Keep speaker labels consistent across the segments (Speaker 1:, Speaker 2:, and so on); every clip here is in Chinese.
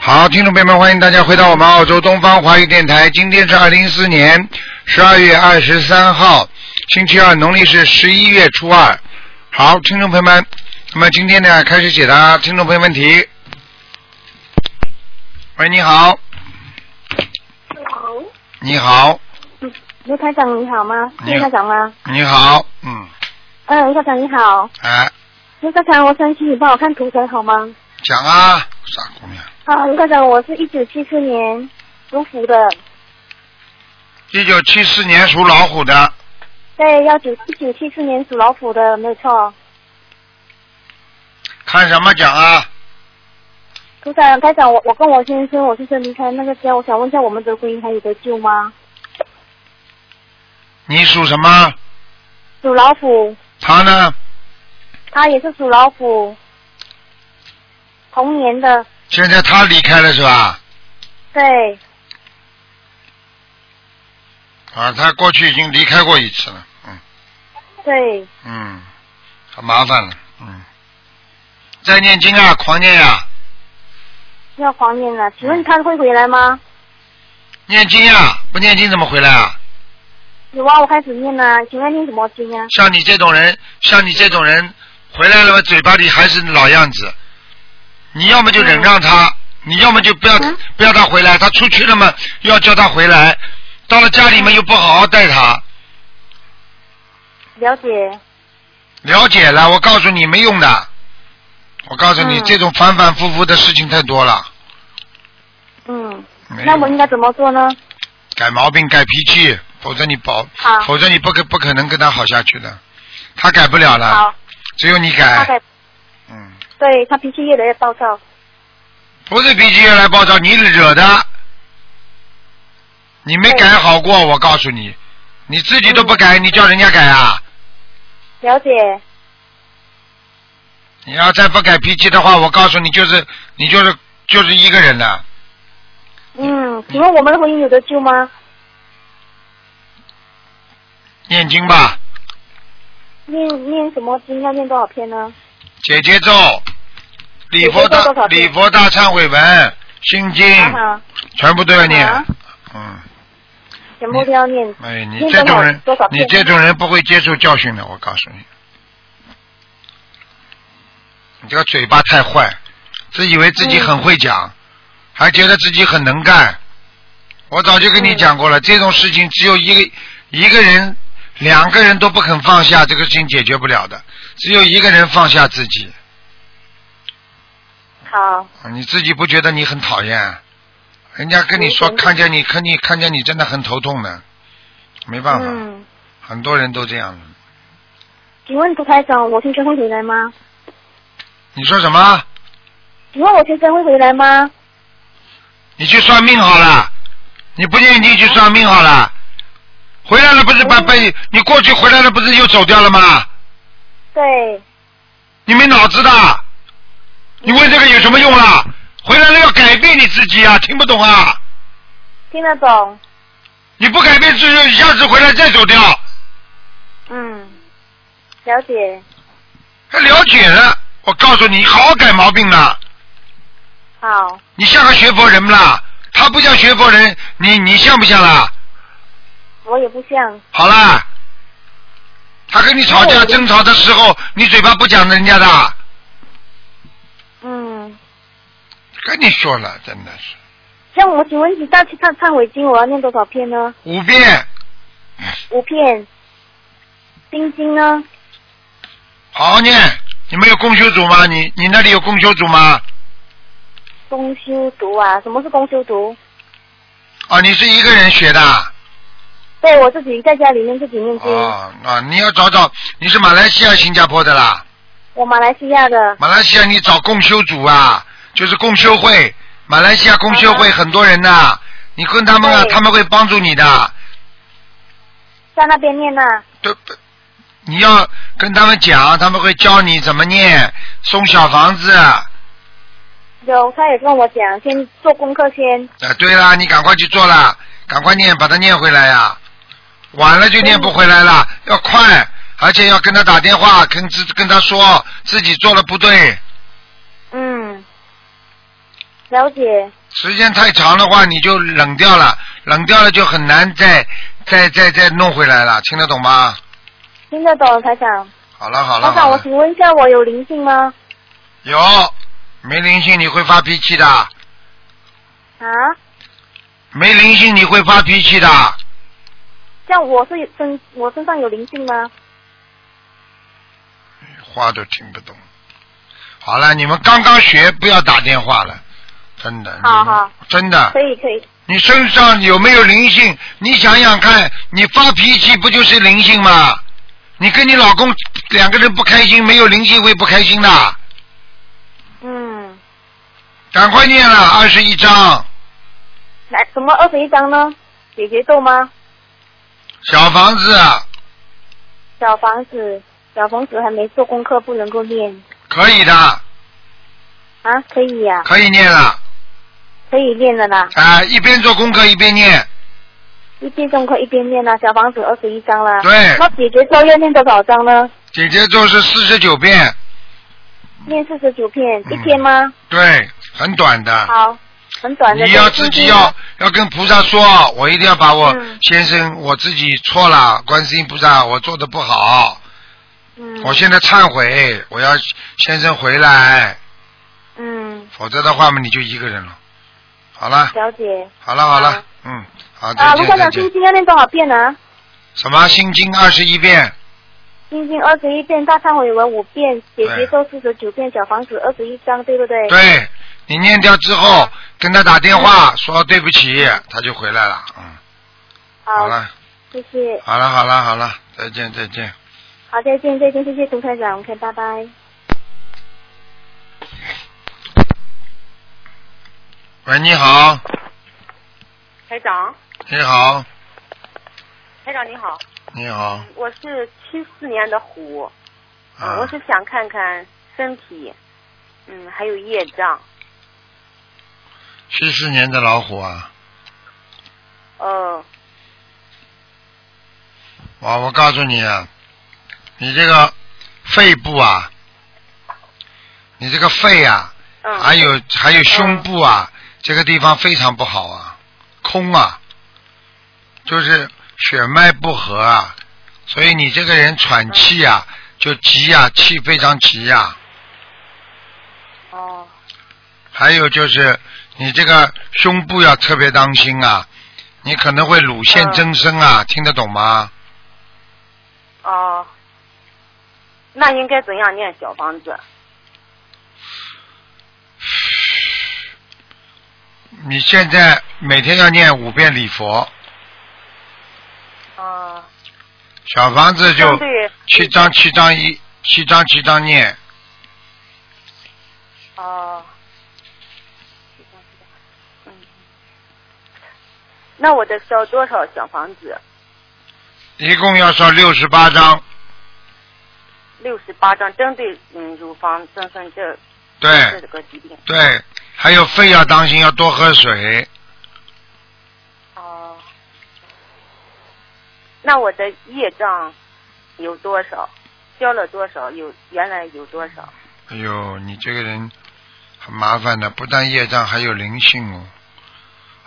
Speaker 1: 好，听众朋友们，欢迎大家回到我们澳洲东方华语电台。今天是二零一四年十二月二十三号，星期二，农历是十一月初二。好，听众朋友们，那么今天呢，开始解答听众朋友问题。喂，你好，
Speaker 2: Hello，
Speaker 1: 你好，
Speaker 2: 刘台长你好吗？
Speaker 1: 你好
Speaker 2: 刘台长吗？
Speaker 1: 你好，嗯，
Speaker 2: 嗯，刘台长你好，
Speaker 1: 哎，
Speaker 2: 刘台长，我想请你帮我看图腾好吗？
Speaker 1: 讲啊，傻姑娘，
Speaker 2: 啊，刘台长，我是一九七四年属虎的，
Speaker 1: 一九七四年属老虎的，
Speaker 2: 对，幺九一九七四年属老虎的，没错。
Speaker 1: 看什么讲啊？
Speaker 2: 卢台长，台长，我我跟我先生，我先生离开那个家，我想问一下，我们的婚姻还有得救吗？
Speaker 1: 你属什么？
Speaker 2: 属老虎，
Speaker 1: 他呢？
Speaker 2: 他也是属老虎，同年的，
Speaker 1: 现在他离开了是吧？
Speaker 2: 对，
Speaker 1: 啊，他过去已经离开过一次了，嗯
Speaker 2: 对，
Speaker 1: 嗯，很麻烦了，嗯。在念经啊，狂念呀、
Speaker 2: 要黄念了，请问他会回来吗？
Speaker 1: 念经呀、不念经怎么回来啊？
Speaker 2: 有啊，我开始念了，请问念什么经啊？
Speaker 1: 像你这种人，像你这种人回来了，嘴巴里还是老样子。你要么就忍让他，你要么就不要、
Speaker 2: 嗯
Speaker 1: 不要他回来，他出去了嘛，又要叫他回来，到了家里面又不好好待他，
Speaker 2: 了解，
Speaker 1: 了解了，我告诉你没用的。我告诉你，
Speaker 2: 嗯
Speaker 1: 这种反反复复的事情太多了。
Speaker 2: 嗯，
Speaker 1: 没
Speaker 2: 那
Speaker 1: 用
Speaker 2: 我应该怎么做呢？
Speaker 1: 改毛病、改脾气，否则你保，
Speaker 2: 好
Speaker 1: 否则你不可不可能跟他好下去的。他改不了了，
Speaker 2: 好，
Speaker 1: 只有你
Speaker 2: 他
Speaker 1: 改。
Speaker 2: 改，
Speaker 1: 哎嗯，
Speaker 2: 对他脾气越来越暴躁，
Speaker 1: 不是脾气越来暴躁，你惹的。你没
Speaker 2: 对嗯
Speaker 1: 改好过，我告诉你，你自己都不改，你叫人家改啊！
Speaker 2: 了解，
Speaker 1: 你要再不改脾气的话，我告诉你，就是你就是就是一个人了。
Speaker 2: 嗯，请问我们的婚姻有得救吗？
Speaker 1: 念经吧，
Speaker 2: 念念什么经要念多少篇呢？
Speaker 1: 姐姐咒、礼佛
Speaker 2: 姐姐咒多
Speaker 1: 大
Speaker 2: 少遍
Speaker 1: 礼佛大忏悔文、心经，
Speaker 2: 啊哈，
Speaker 1: 全部都要念
Speaker 2: 啊。
Speaker 1: 嗯。
Speaker 2: 全部都要念，
Speaker 1: 哎，你
Speaker 2: 念
Speaker 1: 这种
Speaker 2: 多少
Speaker 1: 人
Speaker 2: 多少，
Speaker 1: 你
Speaker 2: 遍
Speaker 1: 这种人不会接受教训的，我告诉你。你这个嘴巴太坏，自以为自
Speaker 2: 嗯
Speaker 1: 己很会讲，还觉得自己很能干。我早就跟
Speaker 2: 嗯
Speaker 1: 你讲过了，这种事情只有一个一个人、两个人都不肯放下，这个事情解决不了的。只有一个人放下自己，
Speaker 2: 好，
Speaker 1: 你自己不觉得你很讨厌？人家跟你说
Speaker 2: 嗯
Speaker 1: 看见你，看你看见你真的很头痛的，没办法，
Speaker 2: 嗯，
Speaker 1: 很多人都这样的。
Speaker 2: 请问卢台长，我先生会回来吗？
Speaker 1: 你说什么？
Speaker 2: 请问我先生会回来吗？
Speaker 1: 你去算命好了，你不念经去算命好了。回来了不是把被你过去回来了不是又走掉了吗？
Speaker 2: 对，
Speaker 1: 你没脑子的，你问这个有什么用啦？回来了要改变你自己啊，听不懂啊？
Speaker 2: 听得懂，
Speaker 1: 你不改变自己，下次回来再走掉，
Speaker 2: 嗯，了解，
Speaker 1: 还了解了。我告诉你，好好改毛病了。
Speaker 2: 好，
Speaker 1: 你像个学佛人不啦？他不像学佛人，你你像不像啦？
Speaker 2: 我也不像，
Speaker 1: 好啦，他跟你吵架
Speaker 2: 哦
Speaker 1: 争吵的时候，你嘴巴不讲人家的。
Speaker 2: 嗯，
Speaker 1: 跟你说了，真的是
Speaker 2: 像我请问你大忏忏悔经我要念多少篇呢？
Speaker 1: 五遍，
Speaker 2: 五片，冰晶呢？
Speaker 1: 好好念。你们有供修组吗？你你那里有供修组吗？
Speaker 2: 公修读啊？什么是公修读？
Speaker 1: 啊，你是一个人学的啊？
Speaker 2: 对我自己在家里面自己念经，
Speaker 1: 哦，啊，你要找找，你是马来西亚、新加坡的啦？
Speaker 2: 我马来西亚的，
Speaker 1: 马来西亚你找共修组啊，就是共修会，马来西亚共修会
Speaker 2: 啊
Speaker 1: 很多人呐、你跟他们啊，
Speaker 2: 对
Speaker 1: 他们会帮助你的。
Speaker 2: 在那边念呐、
Speaker 1: 都，都你要跟他们讲，他们会教你怎么念，送小房子。
Speaker 2: 有，他也跟我讲，先做功课先。
Speaker 1: 啊，对啦，你赶快去做啦，赶快念，把它念回来呀、晚了就念不回来了，要快，而且要跟他打电话，跟自跟他说自己做了不对，
Speaker 2: 嗯，了解。
Speaker 1: 时间太长的话，你就冷掉了，冷掉了就很难再再再再弄回来了，听得懂吗？
Speaker 2: 听得懂，台长。
Speaker 1: 好了好了。
Speaker 2: 台长，
Speaker 1: 好
Speaker 2: 我
Speaker 1: 了
Speaker 2: 请问一下，我有灵性吗？
Speaker 1: 有没灵性你会发脾气的，
Speaker 2: 啊？
Speaker 1: 没灵性你会发脾气的。
Speaker 2: 这样我是身我身上有灵性吗？
Speaker 1: 话都听不懂。好了，你们刚刚学，不要打电话了，真的。
Speaker 2: 好
Speaker 1: 你们
Speaker 2: 好
Speaker 1: 真的
Speaker 2: 可，以可以。
Speaker 1: 你身上有没有灵性？你想想看，你发脾气不就是灵性吗？你跟你老公两个人不开心，没有灵性会不开心的。
Speaker 2: 嗯，
Speaker 1: 赶快念了二十一章
Speaker 2: 来什么二十一章呢？解节奏吗？
Speaker 1: 小房子，
Speaker 2: 小房子，小房子还没做功课，不能够念
Speaker 1: 可以的，
Speaker 2: 啊？可以呀、
Speaker 1: 可以念了。
Speaker 2: 可以念的啦，
Speaker 1: 啊、一边做功课一边念，
Speaker 2: 一边做功课一边念啦。小房子二十一章啦。
Speaker 1: 对
Speaker 2: 那解节奏要念多少章呢？
Speaker 1: 姐姐就是四十九遍，
Speaker 2: 念四十九片，
Speaker 1: 嗯
Speaker 2: 一天吗？
Speaker 1: 对，很短的。
Speaker 2: 好，很短的。
Speaker 1: 你要自己要啊要跟菩萨说，我一定要把我
Speaker 2: 嗯
Speaker 1: 先生我自己错了，观世音菩萨，我做的不好，
Speaker 2: 嗯。
Speaker 1: 我现在忏悔，我要先生回来，
Speaker 2: 嗯，
Speaker 1: 否则的话嘛，你就一个人了。好了，
Speaker 2: 了解。
Speaker 1: 好了，好了
Speaker 2: 好，
Speaker 1: 嗯，好，
Speaker 2: 啊，
Speaker 1: 再
Speaker 2: 卢
Speaker 1: 见，
Speaker 2: 校
Speaker 1: 再
Speaker 2: 长，心
Speaker 1: 见。
Speaker 2: 经要念多少啊遍呢？
Speaker 1: 什么心经二十一遍，
Speaker 2: 心经二十一遍，大忏悔文五遍，解
Speaker 1: 对
Speaker 2: 结咒四十九遍，小房子二十一章，对不对？。嗯
Speaker 1: 对你念掉之后，跟他打电话说对不起，他就回来了。嗯，好
Speaker 2: 好，
Speaker 1: 了，
Speaker 2: 谢谢。
Speaker 1: 好了，好了，好了，再见，再见。
Speaker 2: 好，再见，再见，谢谢涂台长，OK，拜拜。
Speaker 1: 喂，你好，
Speaker 3: 台长，
Speaker 1: 你好，
Speaker 3: 台长你好，
Speaker 1: 你好，
Speaker 3: 我是七四年的虎，
Speaker 1: 啊。
Speaker 3: 我是想看看身体，嗯，还有业障，
Speaker 1: 七四年的老虎啊，
Speaker 3: 呃，
Speaker 1: 哇！我告诉你啊，你这个肺部啊，你这个肺啊，
Speaker 3: 嗯，
Speaker 1: 还有还有胸部啊，这个地方非常不好啊，空啊，就是血脉不和啊，所以你这个人喘
Speaker 3: 嗯
Speaker 1: 气啊，就急啊，气非常急啊。
Speaker 3: 哦，
Speaker 1: 还有就是你这个胸部要特别当心啊，你可能会乳腺
Speaker 3: 嗯
Speaker 1: 增生啊，听得懂吗？
Speaker 3: 哦，那应该怎样念小房子？
Speaker 1: 你现在每天要念五遍礼佛，
Speaker 3: 啊、
Speaker 1: 小房子就
Speaker 3: 相嗯对
Speaker 1: 七张七张一七张七张念，
Speaker 3: 哦，嗯，那我得烧多少小房子？
Speaker 1: 一共要烧六十八张。
Speaker 3: 六十八张，针对嗯乳房增生这这
Speaker 1: 对
Speaker 3: 个疾病。
Speaker 1: 对，还有肺要当心，要多喝水。
Speaker 3: 哦，那我的业障有多少？交了多少？有原来有多少？
Speaker 1: 哎呦，你这个人很麻烦的，不但业障还有灵性哦。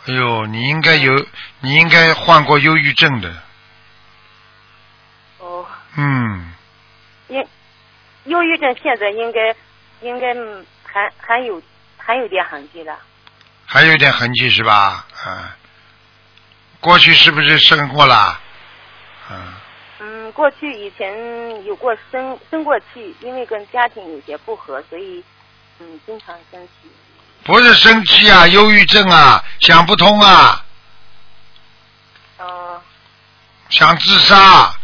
Speaker 1: 哎呦，你应该有，你应该患过忧郁症的。
Speaker 3: 哦，
Speaker 1: 嗯，
Speaker 3: 因忧郁症现在应该应该嗯还还有还有点痕迹了。
Speaker 1: 还有点痕迹是吧？啊，过去是不是生过啦？嗯。
Speaker 3: 嗯，过去以前有过生生过气，因为跟家庭有些不和，所以嗯经常生气。
Speaker 1: 不是生气啊，忧郁症啊，想不通啊，
Speaker 3: 哦，
Speaker 1: 想自杀，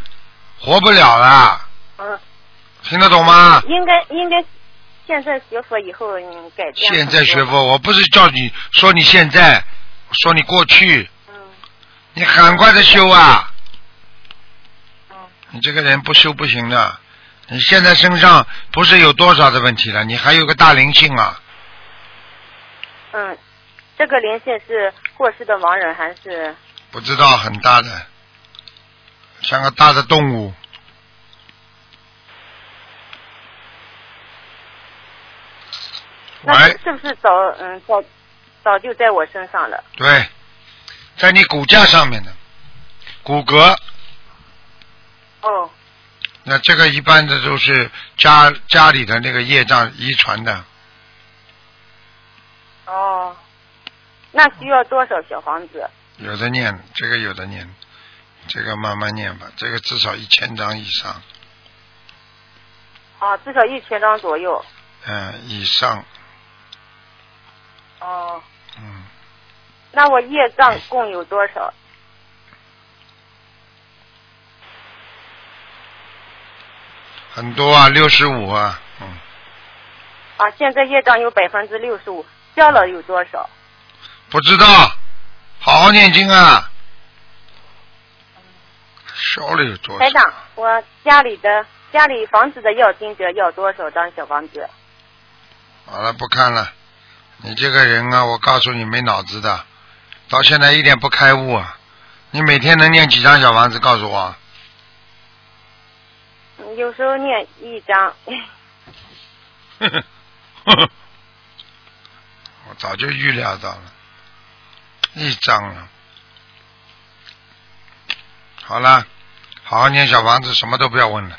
Speaker 1: 活不了了，
Speaker 3: 嗯，
Speaker 1: 听得懂吗？
Speaker 3: 应该应该现在学佛以后嗯改变。
Speaker 1: 现在学。佛，我不是叫你说你现在，我说你过去，
Speaker 3: 嗯
Speaker 1: 你赶快的修啊！
Speaker 3: 嗯
Speaker 1: 你这个人不修不行的，你现在身上不是有多少的问题了，你还有个大灵性啊！
Speaker 3: 嗯，这个灵性是过世的亡人还是？
Speaker 1: 不知道很大的，像个大的动物。
Speaker 3: 那
Speaker 1: 喂
Speaker 3: 是，是不是早嗯早早就在我身上了。
Speaker 1: 对，在你骨架上面的骨骼，
Speaker 3: 哦，
Speaker 1: 那这个一般的都是家家里的那个业障遗传的，
Speaker 3: 哦，那需要多少小房子？
Speaker 1: 有的念，这个有的念，这个慢慢念吧，这个至少一千张以上，
Speaker 3: 啊，至少一千张左右。
Speaker 1: 嗯，以上，
Speaker 3: 哦，
Speaker 1: 嗯，
Speaker 3: 那我业障共有多少？
Speaker 1: 很多啊，六十五啊，嗯，
Speaker 3: 啊，现在业障有百分之六十五，消了有多少？
Speaker 1: 不知道，好好念经啊，烧了有多
Speaker 3: 台
Speaker 1: 少？
Speaker 3: 长，我家里的家里房子的要金者要多少张小房子？
Speaker 1: 好了，不看了，你这个人啊，我告诉你没脑子的，到现在一点不开悟啊，你每天能念几张小房子？告诉我 啊。
Speaker 3: 嗯有时候念一张，
Speaker 1: 呵呵呵呵，我早就预料到了，一张了。好了，好好念小房子，什么都不要问了，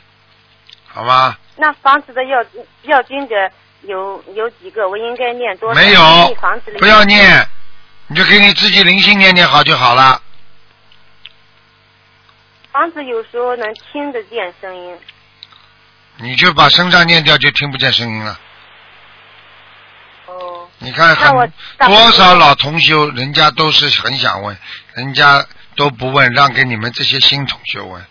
Speaker 1: 好吗？
Speaker 3: 那房子的要要金者有有几个？我应该念多少？
Speaker 1: 没有
Speaker 3: 房子，里
Speaker 1: 不要。念，你就给你自己灵性念念好就好了。
Speaker 3: 房子有时候能听得见声音，
Speaker 1: 你就把身上念掉，就听不见声音了。
Speaker 3: 哦，
Speaker 1: 你看
Speaker 3: 那我
Speaker 1: 很
Speaker 3: 大部分
Speaker 1: 多少老同修，人家都是很想问，人家都不问，让给你们这些新同修问。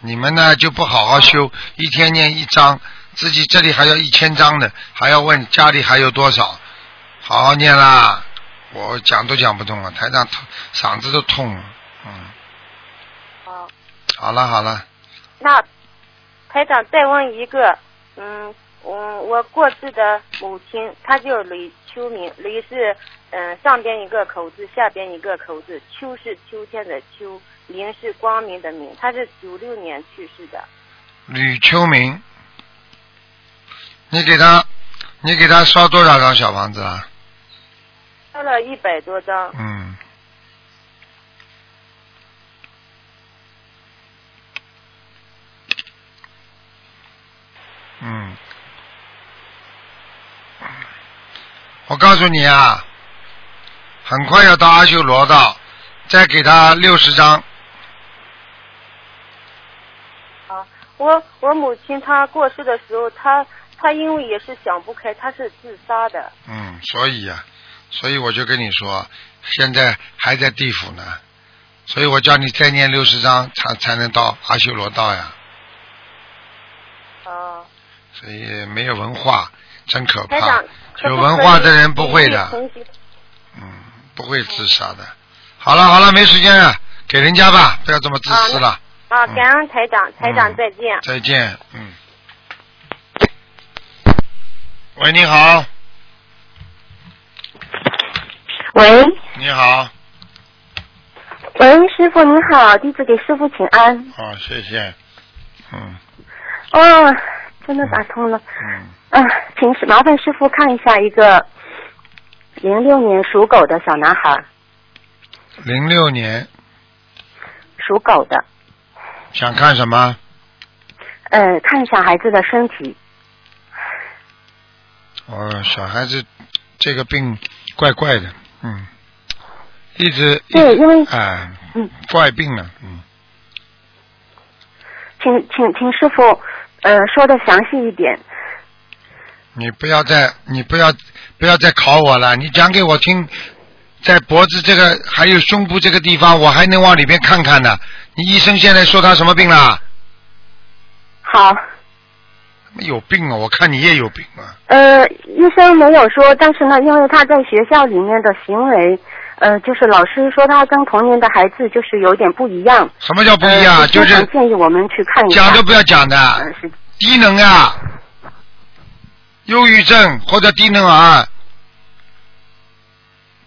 Speaker 1: 你们呢就不好好
Speaker 3: 哦
Speaker 1: 修，一天念一章，自己这里还要一千章的，还要问家里还有多少，好好念啦。我讲都讲不动了，台上嗓子都痛了。嗯，
Speaker 3: 哦，
Speaker 1: 好了好了，
Speaker 3: 那台长再问一个，嗯，嗯，我过世的母亲，她叫吕秋明，吕是嗯、呃上边一个口字，下边一个口字，秋是秋天的秋，明是光明的明，她是九六年去世的，
Speaker 1: 吕秋明，你给他，你给他烧多少张小房子啊？
Speaker 3: 烧了一百多张，
Speaker 1: 嗯，嗯，我告诉你啊，很快要到阿修罗道，再给他六十张，
Speaker 3: 啊，我我母亲她过世的时候，她她因为也是想不开，她是自杀的，
Speaker 1: 嗯，所以呀、所以我就跟你说，现在还在地府呢，所以我叫你再念六十张，才才能到阿修罗道呀，
Speaker 3: 啊，
Speaker 1: 所以没有文化，真可啊怕。
Speaker 3: 台长，可
Speaker 1: 有
Speaker 3: 不
Speaker 1: 文
Speaker 3: 可
Speaker 1: 化
Speaker 3: 以
Speaker 1: 的人不会的
Speaker 3: 同学
Speaker 1: 嗯，不会自杀的。好了好了，没时间了，给人家吧，不要这么自私了。
Speaker 3: 啊，
Speaker 1: 嗯
Speaker 3: 感恩台长，台长
Speaker 1: 嗯
Speaker 3: 再见。
Speaker 1: 再见，嗯。喂，你好，
Speaker 4: 喂
Speaker 1: 你好，
Speaker 4: 喂，师傅您好，弟子给师傅请安。
Speaker 1: 好、哦谢谢，嗯
Speaker 4: 哦，真的打通了。
Speaker 1: 嗯，
Speaker 4: 嗯、请师麻烦师傅看一下一个零六年属狗的小男孩，
Speaker 1: 零六年
Speaker 4: 属狗的，
Speaker 1: 想看什么？
Speaker 4: 呃，看一下孩子的身体。
Speaker 1: 哦，小孩子这个病怪怪的，嗯，一直一
Speaker 4: 对，
Speaker 1: 直
Speaker 4: 因为
Speaker 1: 哎，
Speaker 4: 嗯
Speaker 1: 怪病了，嗯，
Speaker 4: 请请请师傅呃说的详细一点。
Speaker 1: 你不要再你不要不要再考我了，你讲给我听，在脖子这个还有胸部这个地方，我还能往里边看看呢。你医生现在说他什么病啦？
Speaker 4: 好，
Speaker 1: 有病啊！我看你也有病啊！
Speaker 4: 呃，医生没有说，但是呢，因为他在学校里面的行为，呃，就是老师说他跟同年的孩子就是有点不一样。
Speaker 1: 什么叫不一样？啊
Speaker 4: 呃
Speaker 1: 就
Speaker 4: 非常
Speaker 1: 是
Speaker 4: 建议我们去看一下。
Speaker 1: 讲都不要讲的
Speaker 4: 呃，，是
Speaker 1: 低能啊，忧郁症或者低能儿，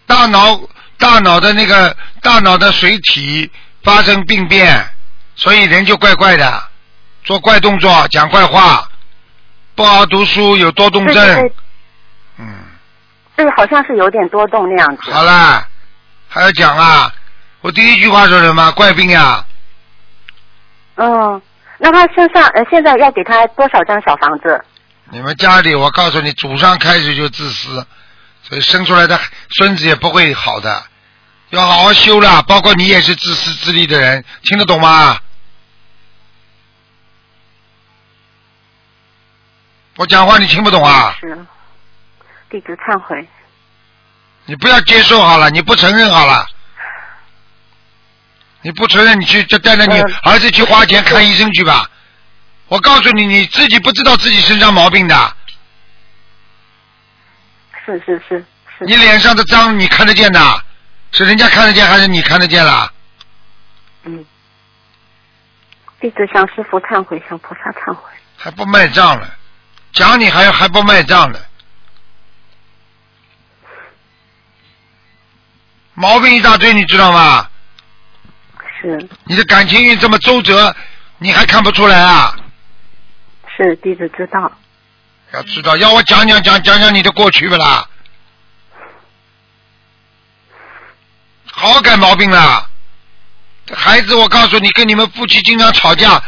Speaker 1: 大脑大脑的那个大脑的水体发生病变，所以人就怪怪的，做怪动作，讲怪话，不好好读书，有多动
Speaker 4: 对对
Speaker 1: 症
Speaker 4: 对，
Speaker 1: 嗯，
Speaker 4: 对，好像是有点多动那样子。
Speaker 1: 好啦，还要讲啊？我第一句话说什么？怪病呀、
Speaker 4: 嗯，那他身上呃，现在要给他多少张小房子？
Speaker 1: 你们家里，我告诉你，祖上开始就自私，所以生出来的孙子也不会好的，要好好修啦。包括你也是自私自利的人，听得懂吗？我讲话你听不懂啊？
Speaker 4: 是。弟子忏悔。
Speaker 1: 你不要接受好了，你不承认好了，你不承认，你去就带着你
Speaker 4: 嗯
Speaker 1: 儿子去花钱看医生去吧。我告诉你，你自己不知道自己身上毛病的，
Speaker 4: 是是是是。
Speaker 1: 你脸上的脏你看得见的，是人家看得见还是你看得见啦？
Speaker 4: 嗯。弟子向师傅忏悔，向菩萨忏悔。
Speaker 1: 还不卖账了，讲你还要还不卖账了，毛病一大堆，你知道吗？
Speaker 4: 是
Speaker 1: 你的感情运这么周折，你还看不出来啊？
Speaker 4: 是，弟子知道。
Speaker 1: 要知道，要我讲讲讲讲讲你的过去不啦？好好改毛病啦！这孩子，我告诉你，跟你们夫妻经常吵架，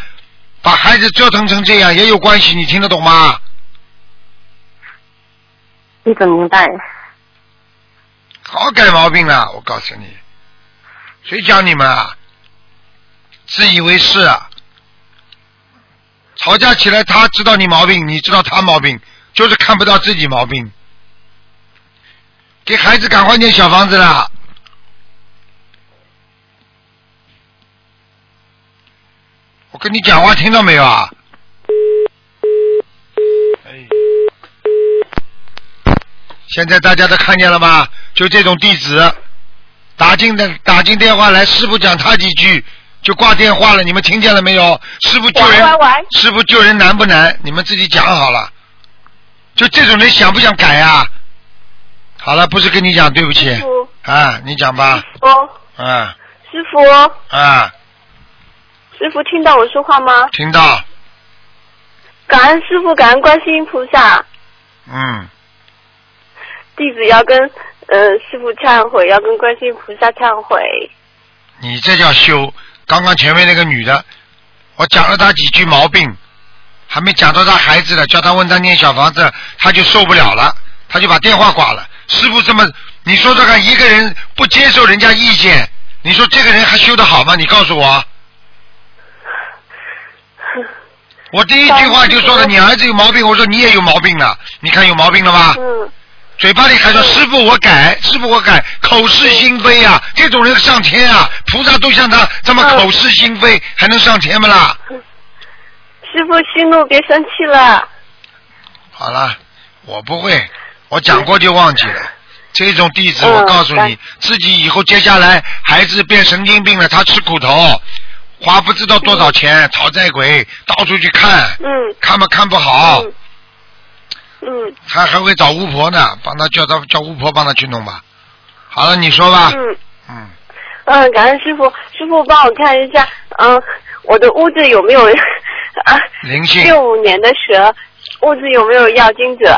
Speaker 1: 把孩子折腾成这样也有关系，你听得懂吗？
Speaker 4: 弟子明白。
Speaker 1: 好好改毛病啦！我告诉你，谁教你们啊？自以为是啊！吵架起来，他知道你毛病，你知道他毛病，就是看不到自己毛病。给孩子赶快念小房子啦！我跟你讲话听到没有啊？哎，现在大家都看见了吧？就这种地址，打进的打进电话来，师傅讲他几句就挂电话了，你们听见了没有？师傅救人
Speaker 5: 喂喂喂，
Speaker 1: 师傅救人难不难？你们自己讲好了。就这种人想不想改啊？好了，不是跟你讲，对不起
Speaker 5: 师傅，
Speaker 1: 啊，你讲吧，
Speaker 5: 哦，
Speaker 1: 啊
Speaker 5: 师傅，
Speaker 1: 啊，
Speaker 5: 师傅听到我说话吗？
Speaker 1: 听到，
Speaker 5: 感恩师傅，感恩观世音菩萨。
Speaker 1: 嗯，
Speaker 5: 弟子要跟呃师傅忏悔，要跟观世音菩萨忏悔。
Speaker 1: 你这叫修。刚刚前面那个女的，我讲了她几句毛病，还没讲到她孩子呢，叫她问她念小房子，她就受不了了，她就把电话挂了。师傅这么，你说这个一个人不接受人家意见，你说这个人还修得好吗？你告诉我，我第一句话就说了，你儿子有毛病，我说你也有毛病了，你看有毛病了吧？
Speaker 5: 嗯，
Speaker 1: 嘴巴里还说师傅我改，师傅我改，口是心非啊！这种人上天啊，菩萨都像他这么
Speaker 5: 嗯
Speaker 1: 口是心非，还能上天不啦？
Speaker 5: 师傅息怒，别生气了。
Speaker 1: 好了，我不会，我讲过就忘记了。这种弟子，
Speaker 5: 嗯
Speaker 1: 我告诉你
Speaker 5: 来，
Speaker 1: 自己以后接下来孩子变神经病了，他吃苦头，花不知道多少钱，讨债鬼到处去看，
Speaker 5: 嗯
Speaker 1: 看嘛看不好，
Speaker 5: 嗯嗯
Speaker 1: 还还会找巫婆呢，帮他叫他叫巫婆帮他去弄吧。好了，你说吧，
Speaker 5: 嗯
Speaker 1: 嗯，
Speaker 5: 嗯，感恩师傅，师傅帮我看一下，嗯，我的屋子有没有啊？
Speaker 1: 灵性。
Speaker 5: 六五年的蛇，屋子有没有要金者？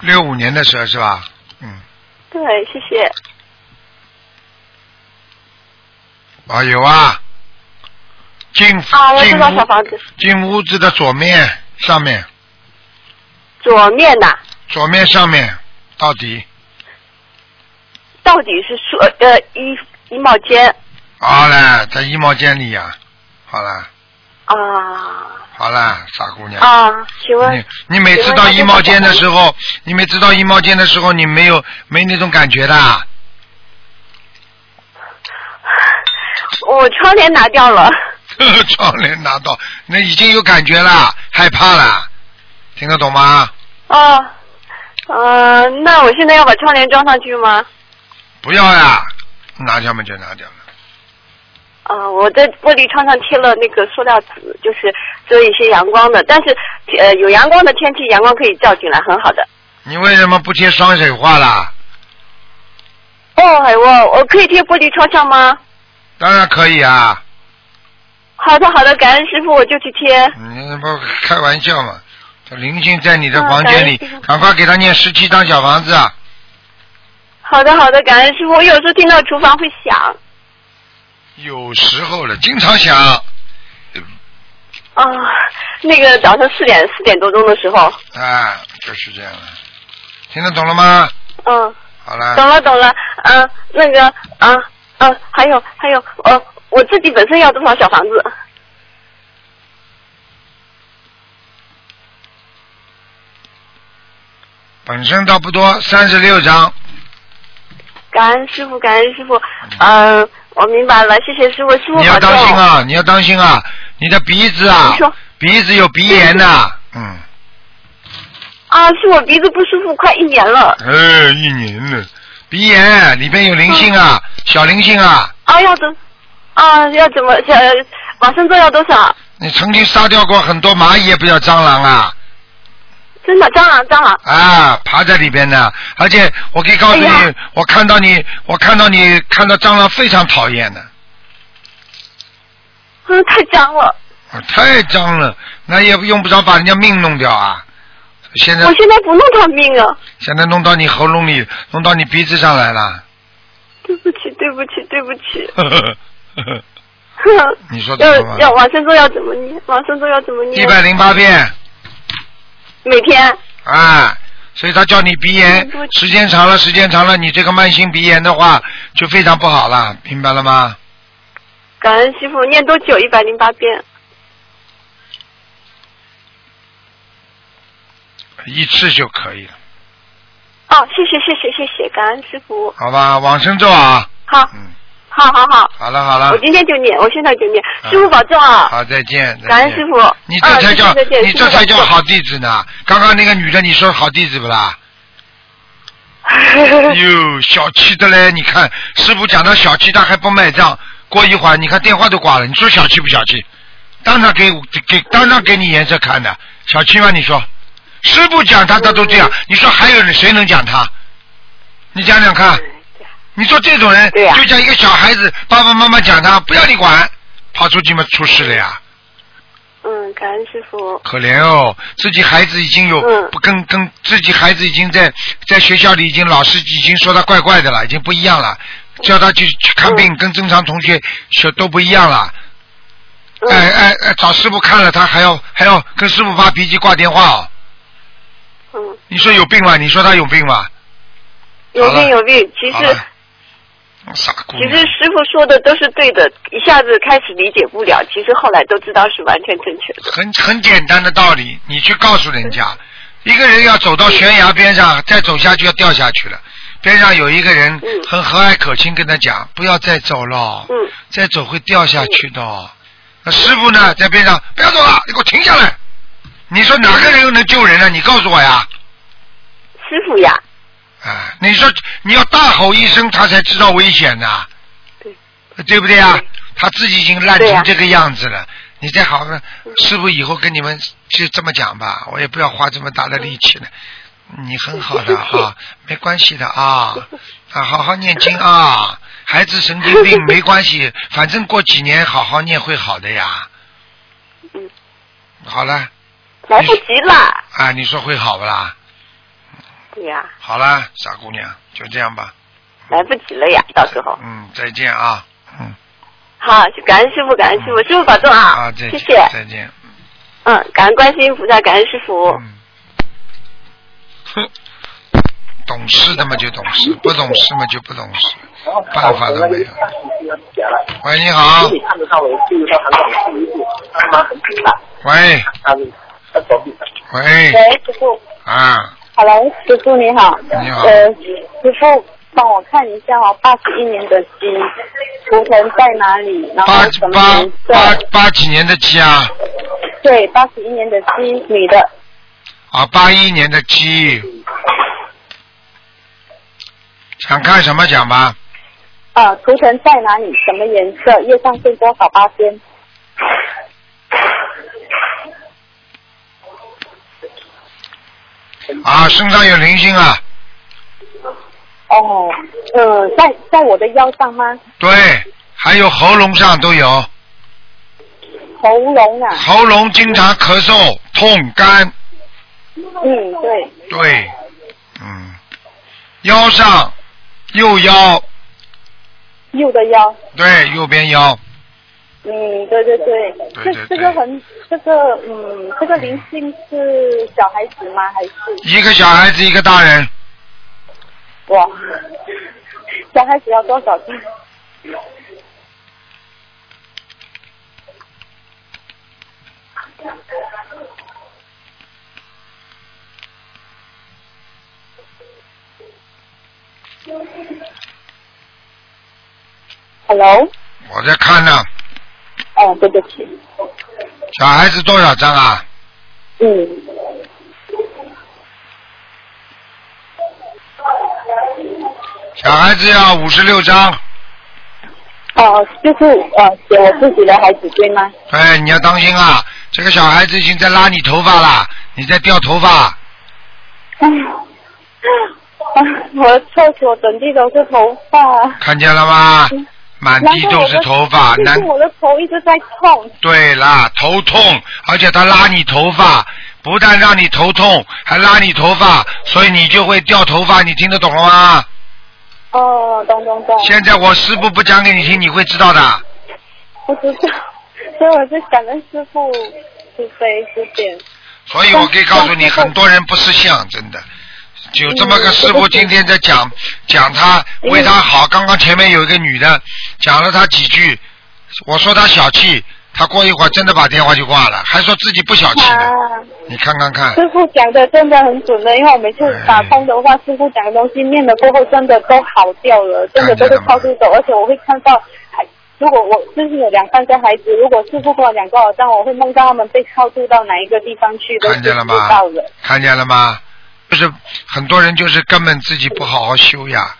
Speaker 1: 六五年的蛇是吧？嗯，
Speaker 5: 对，谢谢。
Speaker 1: 啊有啊，进
Speaker 5: 啊，我
Speaker 1: 进
Speaker 5: 知道小
Speaker 1: 屋
Speaker 5: 房子
Speaker 1: 进屋子的左面上面，
Speaker 5: 左面呐、
Speaker 1: 左面上面到底
Speaker 5: 到底是说呃衣衣帽间
Speaker 1: 好了，在衣帽间里呀、好了
Speaker 5: 啊
Speaker 1: 好了，傻姑娘，
Speaker 5: 啊？请问
Speaker 1: 你你每次到衣帽间的时候，你每次到衣帽间的时候，你没有没那种感觉的啊，
Speaker 5: 我窗帘拿掉了？
Speaker 1: 窗帘拿到，那已经有感觉了，害怕了，听得懂吗？
Speaker 5: 啊，呃，那我现在要把窗帘装上去吗？
Speaker 1: 不要呀，拿掉嘛就拿掉了。
Speaker 5: 啊，我在玻璃窗上贴了那个塑料纸，就是遮一些阳光的。但是呃，有阳光的天气，阳光可以照进来，很好的。
Speaker 1: 你为什么不贴双水画啦？
Speaker 5: 哦，哎我我可以贴玻璃窗上吗？
Speaker 1: 当然可以啊，
Speaker 5: 好的好的，感恩师傅，我就去贴。
Speaker 1: 嗯你不开玩笑嘛？这灵性在你的
Speaker 5: 啊
Speaker 1: 房间里，赶快给他念十七张小房子啊！
Speaker 5: 好的好的，感恩师傅。我有时候听到厨房会响。
Speaker 1: 有时候了，经常想
Speaker 5: 啊，那个早上四点四点多钟的时候，
Speaker 1: 啊，就是这样了。听得懂了吗？
Speaker 5: 嗯，
Speaker 1: 好了。
Speaker 5: 懂了懂了，嗯、那个，啊啊，还有还有，呃，我自己本身要多少小房子？
Speaker 1: 本身倒不多，三十六张。
Speaker 5: 感恩师傅，感恩师傅，嗯、我明白了，谢谢师傅，师傅
Speaker 1: 你要
Speaker 5: 保重
Speaker 1: 当。心啊！你要当心啊！你的鼻子啊
Speaker 5: 你说，
Speaker 1: 鼻子有鼻炎呐、嗯，
Speaker 5: 啊，是我鼻子不舒服，快一年了。
Speaker 1: 哎，一年了，鼻炎里边有灵性啊，
Speaker 5: 嗯
Speaker 1: 小灵性啊。
Speaker 5: 啊，要怎？啊，要怎么？呃，往生咒要多少？
Speaker 1: 你曾经杀掉过很多蚂蚁，也不叫蟑螂啊
Speaker 5: 真的，蟑螂，蟑螂。
Speaker 1: 啊，爬在里边呢。而且我可以告诉你，
Speaker 5: 哎呀
Speaker 1: 我看到你，我看到你看到蟑螂非常讨厌的，
Speaker 5: 嗯，太脏了。
Speaker 1: 啊太脏了，那也用不着把人家命弄掉啊。现在
Speaker 5: 我现在不弄他命啊！
Speaker 1: 现在弄到你喉咙里，弄到你鼻子上来了。
Speaker 5: 对不起，对不起，对不起。
Speaker 1: 呵呵呵呵
Speaker 5: 哼
Speaker 1: 你说
Speaker 5: 要
Speaker 1: 的吗？
Speaker 5: 要往生咒要怎么念？往生咒要怎么
Speaker 1: 啊一
Speaker 5: 念？
Speaker 1: 百零八遍
Speaker 5: 每天。
Speaker 1: 啊，所以他叫你鼻炎
Speaker 5: 嗯对，
Speaker 1: 时间长了，时间长了，你这个慢性鼻炎的话就非常不好了，明白了吗？
Speaker 5: 感恩师傅，念多久？一百零八遍。
Speaker 1: 一次就可以了，
Speaker 5: 哦，谢谢，谢谢，谢谢，感恩师傅。
Speaker 1: 好吧？往生咒啊，
Speaker 5: 好，
Speaker 1: 嗯，
Speaker 5: 好，好，好。
Speaker 1: 好了好了
Speaker 5: 我，今天就念，我现在就念。
Speaker 1: 啊
Speaker 5: 师傅保重啊！
Speaker 1: 好再见，再
Speaker 5: 感恩
Speaker 1: 见
Speaker 5: 师傅。
Speaker 1: 你这才叫
Speaker 5: 啊、再见
Speaker 1: 你这才叫。
Speaker 5: 师
Speaker 1: 好弟子呢。刚刚那个女的，你说好弟子不啦？
Speaker 5: 傅保重
Speaker 1: 哟，小气的嘞！你看师傅讲到小气，他还不卖账。过一会儿，你看电话都挂了，你说小气不小气？当场给给当场给你颜色看的，小气吗？你说，师傅讲他他都这样，你说还有人谁能讲他？你讲讲看，你说这种人
Speaker 5: 对呀
Speaker 1: 就像一个小孩子，爸爸妈妈讲他不要你管，跑出去嘛出事了呀，
Speaker 5: 嗯，感恩师傅。
Speaker 1: 可怜哦，自己孩子已经有
Speaker 5: 嗯
Speaker 1: 不跟跟自己孩子已经在在学校里已经老师已经说他怪怪的了，已经不一样了，叫他去去看病，跟正常同学学都不一样了。
Speaker 5: 嗯、
Speaker 1: 哎哎哎，找师傅看了，他还要还要跟师傅发脾气挂电话哦。
Speaker 5: 嗯，
Speaker 1: 你说有病吗？你说他有病吗？
Speaker 5: 有
Speaker 1: 好了
Speaker 5: 病有病。其
Speaker 1: 好
Speaker 5: 实
Speaker 1: 了，嗯傻姑
Speaker 5: 其
Speaker 1: 娘
Speaker 5: 实师傅说的都是对的，一下子开始理解不了，其实后来都知道是完全正确的。
Speaker 1: 很很简单的道理，你去告诉人家，一个人要走到悬崖边上，再走下去要掉下去了。边上有一个人
Speaker 5: 嗯
Speaker 1: 很和蔼可亲，跟他讲不要再走了，
Speaker 5: 嗯
Speaker 1: 再走会掉下去的哦。那师傅呢，在边上不要走了，你给我停下来。你说哪个人能救人呢？你告诉我呀！
Speaker 5: 师傅呀，
Speaker 1: 啊，你说你要大吼一声，他才知道危险呐、
Speaker 5: 对，
Speaker 1: 对不对啊
Speaker 5: 对？
Speaker 1: 他自己已经烂
Speaker 5: 对啊嗯呀
Speaker 1: 成这个样子了，你再好好师傅以后跟你们就这么讲吧，我也不要花这么大的力气了。你很好 的啊，没关系的啊，啊，好好念经 啊，孩子神经病没关系，反正过几年好好念会好的呀。
Speaker 5: 嗯，
Speaker 1: 好了
Speaker 5: 来不及啦。
Speaker 1: 啊，你说会好不啦？
Speaker 5: 对呀，
Speaker 1: 好啦，傻姑娘，就这样吧，
Speaker 5: 来不及了呀，到时候。
Speaker 1: 嗯，再见啊，嗯。
Speaker 5: 好，感恩师傅，感恩师傅，师傅保重
Speaker 1: 啊，
Speaker 5: 啊！
Speaker 1: 再
Speaker 5: 谢
Speaker 1: 见，
Speaker 5: 谢。
Speaker 1: 再见。
Speaker 5: 嗯，感恩观世音菩萨，感恩师傅。
Speaker 1: 嗯，哼，懂事的嘛就懂事，不懂事嘛就不懂事，办法都没有。喂，你好，
Speaker 6: 看得到我就是说很好的一步，他妈很平板，
Speaker 1: 喂，
Speaker 6: 他们在手臂上。
Speaker 1: 喂，
Speaker 7: 喂，师傅，
Speaker 1: 啊，
Speaker 7: hello，师傅你好。
Speaker 1: 你好
Speaker 7: 呃，师傅，帮我看一下哦，八十一年的鸡，图腾在哪里？然
Speaker 1: 八
Speaker 7: 后什么
Speaker 1: 八
Speaker 7: 颜
Speaker 1: 八
Speaker 7: 色？
Speaker 1: 八几年的鸡啊？
Speaker 7: 对，八十一年的鸡，女的。
Speaker 1: 啊，八一年的鸡。想看什么讲吧？
Speaker 7: 啊，图腾在哪里？什么颜色？业障是多少八千？
Speaker 1: 啊，身上有灵性啊，
Speaker 7: 哦，呃，在在我的腰上吗？
Speaker 1: 对，还有喉咙上都有，
Speaker 7: 喉咙啊，
Speaker 1: 喉咙经常咳嗽、痛、干，
Speaker 7: 嗯，对，
Speaker 1: 对，嗯，腰上右腰，
Speaker 7: 右的腰。
Speaker 1: 对，右边腰，
Speaker 7: 嗯，对对对，
Speaker 1: 对
Speaker 2: 这
Speaker 1: 对
Speaker 2: 这个
Speaker 1: 对，
Speaker 2: 很这个嗯，这个灵性是小孩子吗？还是
Speaker 1: 一个小孩子一个大人，
Speaker 2: 哇？小孩子要多少斤？
Speaker 1: 嗯
Speaker 7: Hello，
Speaker 1: 我在看呢，
Speaker 7: 哦，对不起，
Speaker 1: 小孩子多少张啊？
Speaker 7: 嗯，
Speaker 1: 小孩子要五十六张，
Speaker 7: 哦，就是呃，写我自己的孩子对吗？
Speaker 1: 哎，你要当心啊，这个小孩子已经在拉你头发了，你在掉头发，
Speaker 7: 哎呀，啊，我厕所整地都是头发，
Speaker 1: 看见了吗？满地都是头发，
Speaker 7: 就
Speaker 1: 难
Speaker 7: 是我的头一直在痛。
Speaker 1: 对啦，头痛，而且他拉你头发，不但让你头痛，还拉你头发，所以你就会掉头发，你听得懂了吗？
Speaker 7: 哦，懂懂懂，
Speaker 1: 现在我师傅不讲给你听，你会知道的。
Speaker 7: 我知道， 所以我就感恩师傅慈悲指点。
Speaker 1: 所以我可以告诉你，很多人不识相，真的。
Speaker 7: 嗯
Speaker 1: 就这么个师傅，今天在讲讲他为他好。刚刚前面有一个女的讲了他几句，我说他小气，他过一会儿真的把电话就挂了，还说自己不小气呢。
Speaker 7: 啊，
Speaker 1: 你看看看，
Speaker 7: 师傅讲的真的很准的，因为我每次打通的话，师傅讲的东西念了过后，真的都好掉了，真的都是超度走，而且我会看到孩，如果我就是有两三个孩子，如果师傅跟我讲过，但我会梦到他们被超度到哪一个地方去，都是
Speaker 1: 看
Speaker 7: 嗯知
Speaker 1: 见了吗
Speaker 7: 道的。
Speaker 1: 看见了吗？就是很多人就是根本自己不好好修呀，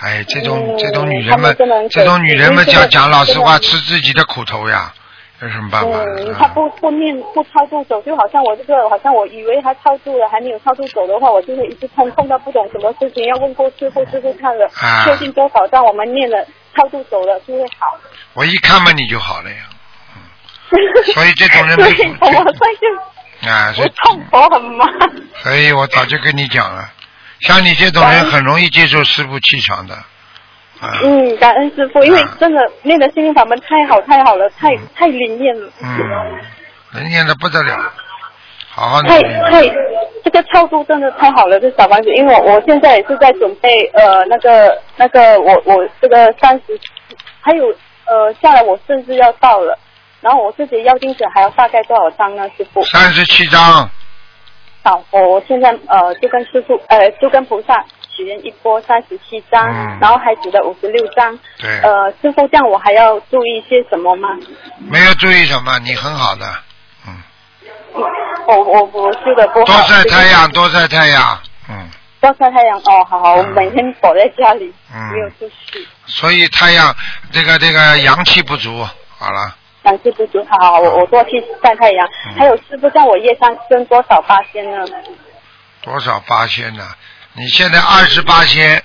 Speaker 1: 哎，这种
Speaker 7: 嗯
Speaker 1: 这种女人们
Speaker 7: 他们真的很，
Speaker 1: 这种女人们
Speaker 7: 可惜
Speaker 1: 要讲老实话，
Speaker 7: 真
Speaker 1: 吃自己的苦头呀，有什么办法？
Speaker 7: 嗯，他不不念不超度走，就好像我这个，好像我以为他超度了，还没有超度走的话，我就会一直痛痛到不懂什么事情，要问过师傅，师傅看了
Speaker 1: 啊
Speaker 7: 确定多少，让我们念了超度走了就会好。
Speaker 1: 我一看嘛你就好了呀，嗯 所以这种人
Speaker 7: 所
Speaker 1: 没
Speaker 7: 以 我
Speaker 1: 福
Speaker 7: 最近
Speaker 1: 气啊，所
Speaker 7: 我
Speaker 1: 以
Speaker 7: 痛苦很忙。
Speaker 1: 所以我早就跟你讲了，像你这种人很容易接受师傅气场的，啊，
Speaker 7: 嗯，感恩师傅，因为
Speaker 1: 啊
Speaker 7: 真的练的心灵法门太好太好了，太太灵验了，
Speaker 1: 嗯，人念的不得了，好好努
Speaker 7: 太
Speaker 1: 力，
Speaker 7: 太这个超度真的太好了，这小房子，因为我我现在也是在准备呃那个那个我我这个三十，还有呃下来我甚至要到了，然后我自己要定者还要大概多少张呢，师傅？
Speaker 1: 三十七章。
Speaker 7: 好，我我现在呃就跟师傅呃就跟菩萨许愿一波三十七张，
Speaker 1: 嗯
Speaker 7: 然后孩子的五十六张。
Speaker 1: 对
Speaker 7: 呃，师傅，这样我还要注意些什么吗？
Speaker 1: 没有注意什么，你很好的，嗯，
Speaker 7: 嗯我我我修的不好。
Speaker 1: 多晒太
Speaker 7: 就是
Speaker 1: 阳，多晒太阳，嗯，
Speaker 7: 多晒太阳哦，好好，我
Speaker 1: 嗯
Speaker 7: 每天躲在家里，
Speaker 1: 嗯
Speaker 7: 没有出去，
Speaker 1: 所以太阳这个这个阳气不足，好了，
Speaker 7: 阳气不足。好好，好我我多去晒太阳。
Speaker 1: 啊嗯
Speaker 7: 还有师傅，像我业障增多少八仙呢？
Speaker 1: 多少八仙呢？你现在二十八仙，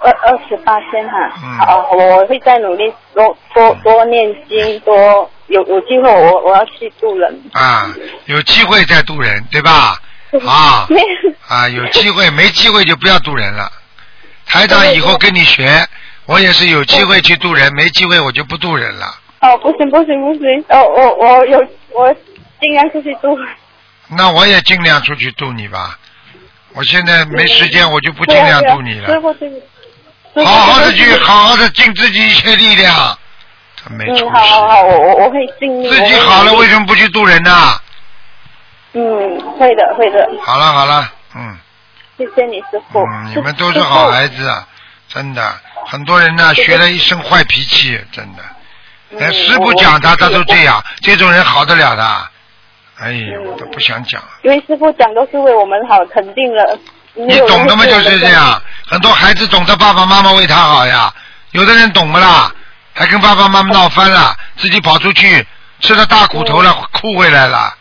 Speaker 7: 二二十八仙哈。
Speaker 1: 嗯
Speaker 7: 好，好我会再努力多多多念经，多有有机会我我要去度人。
Speaker 1: 啊，有机会再渡人，对吧？啊
Speaker 7: 没
Speaker 1: 啊，有机会，没机会就不要渡人了。台长以后跟你学，我也是有机会去渡人，没机会我就不渡人了。
Speaker 7: 哦，不行不行不行，哦我我有我尽量出去度。
Speaker 1: 那我也尽量出去渡你吧。我现在没时间，我就不尽量渡你了。
Speaker 7: 对啊对啊师傅对不起。师傅
Speaker 1: 好好的
Speaker 7: 对啊
Speaker 1: 去，
Speaker 7: 不起
Speaker 1: 好好的尽自己一切力量。他没出息。
Speaker 7: 嗯，好好好，我我我会尽力。
Speaker 1: 自己
Speaker 7: 我会
Speaker 1: 好了，
Speaker 7: 努力
Speaker 1: 为什么不去渡人呢？
Speaker 7: 嗯，会的会的，
Speaker 1: 好了好了，嗯
Speaker 7: 谢谢你师傅。
Speaker 1: 嗯，你们都是好孩
Speaker 7: 子。
Speaker 1: 子，啊，真的。很多人呢，
Speaker 7: 对对
Speaker 1: 学了一身坏脾气，真的。
Speaker 7: 嗯
Speaker 1: 连师傅讲他，他都这。样，这种人好得了的？哎呀，
Speaker 7: 嗯
Speaker 1: 我都不想讲了。
Speaker 7: 我我因为师傅讲都是为我们好，肯定了。你
Speaker 1: 你懂的嘛，就是这。样。很多孩子懂得爸爸妈妈为他好呀，有的人懂不啦，还跟爸爸妈妈闹翻了，自己跑出去吃了大苦头了，哭回来了。
Speaker 7: 嗯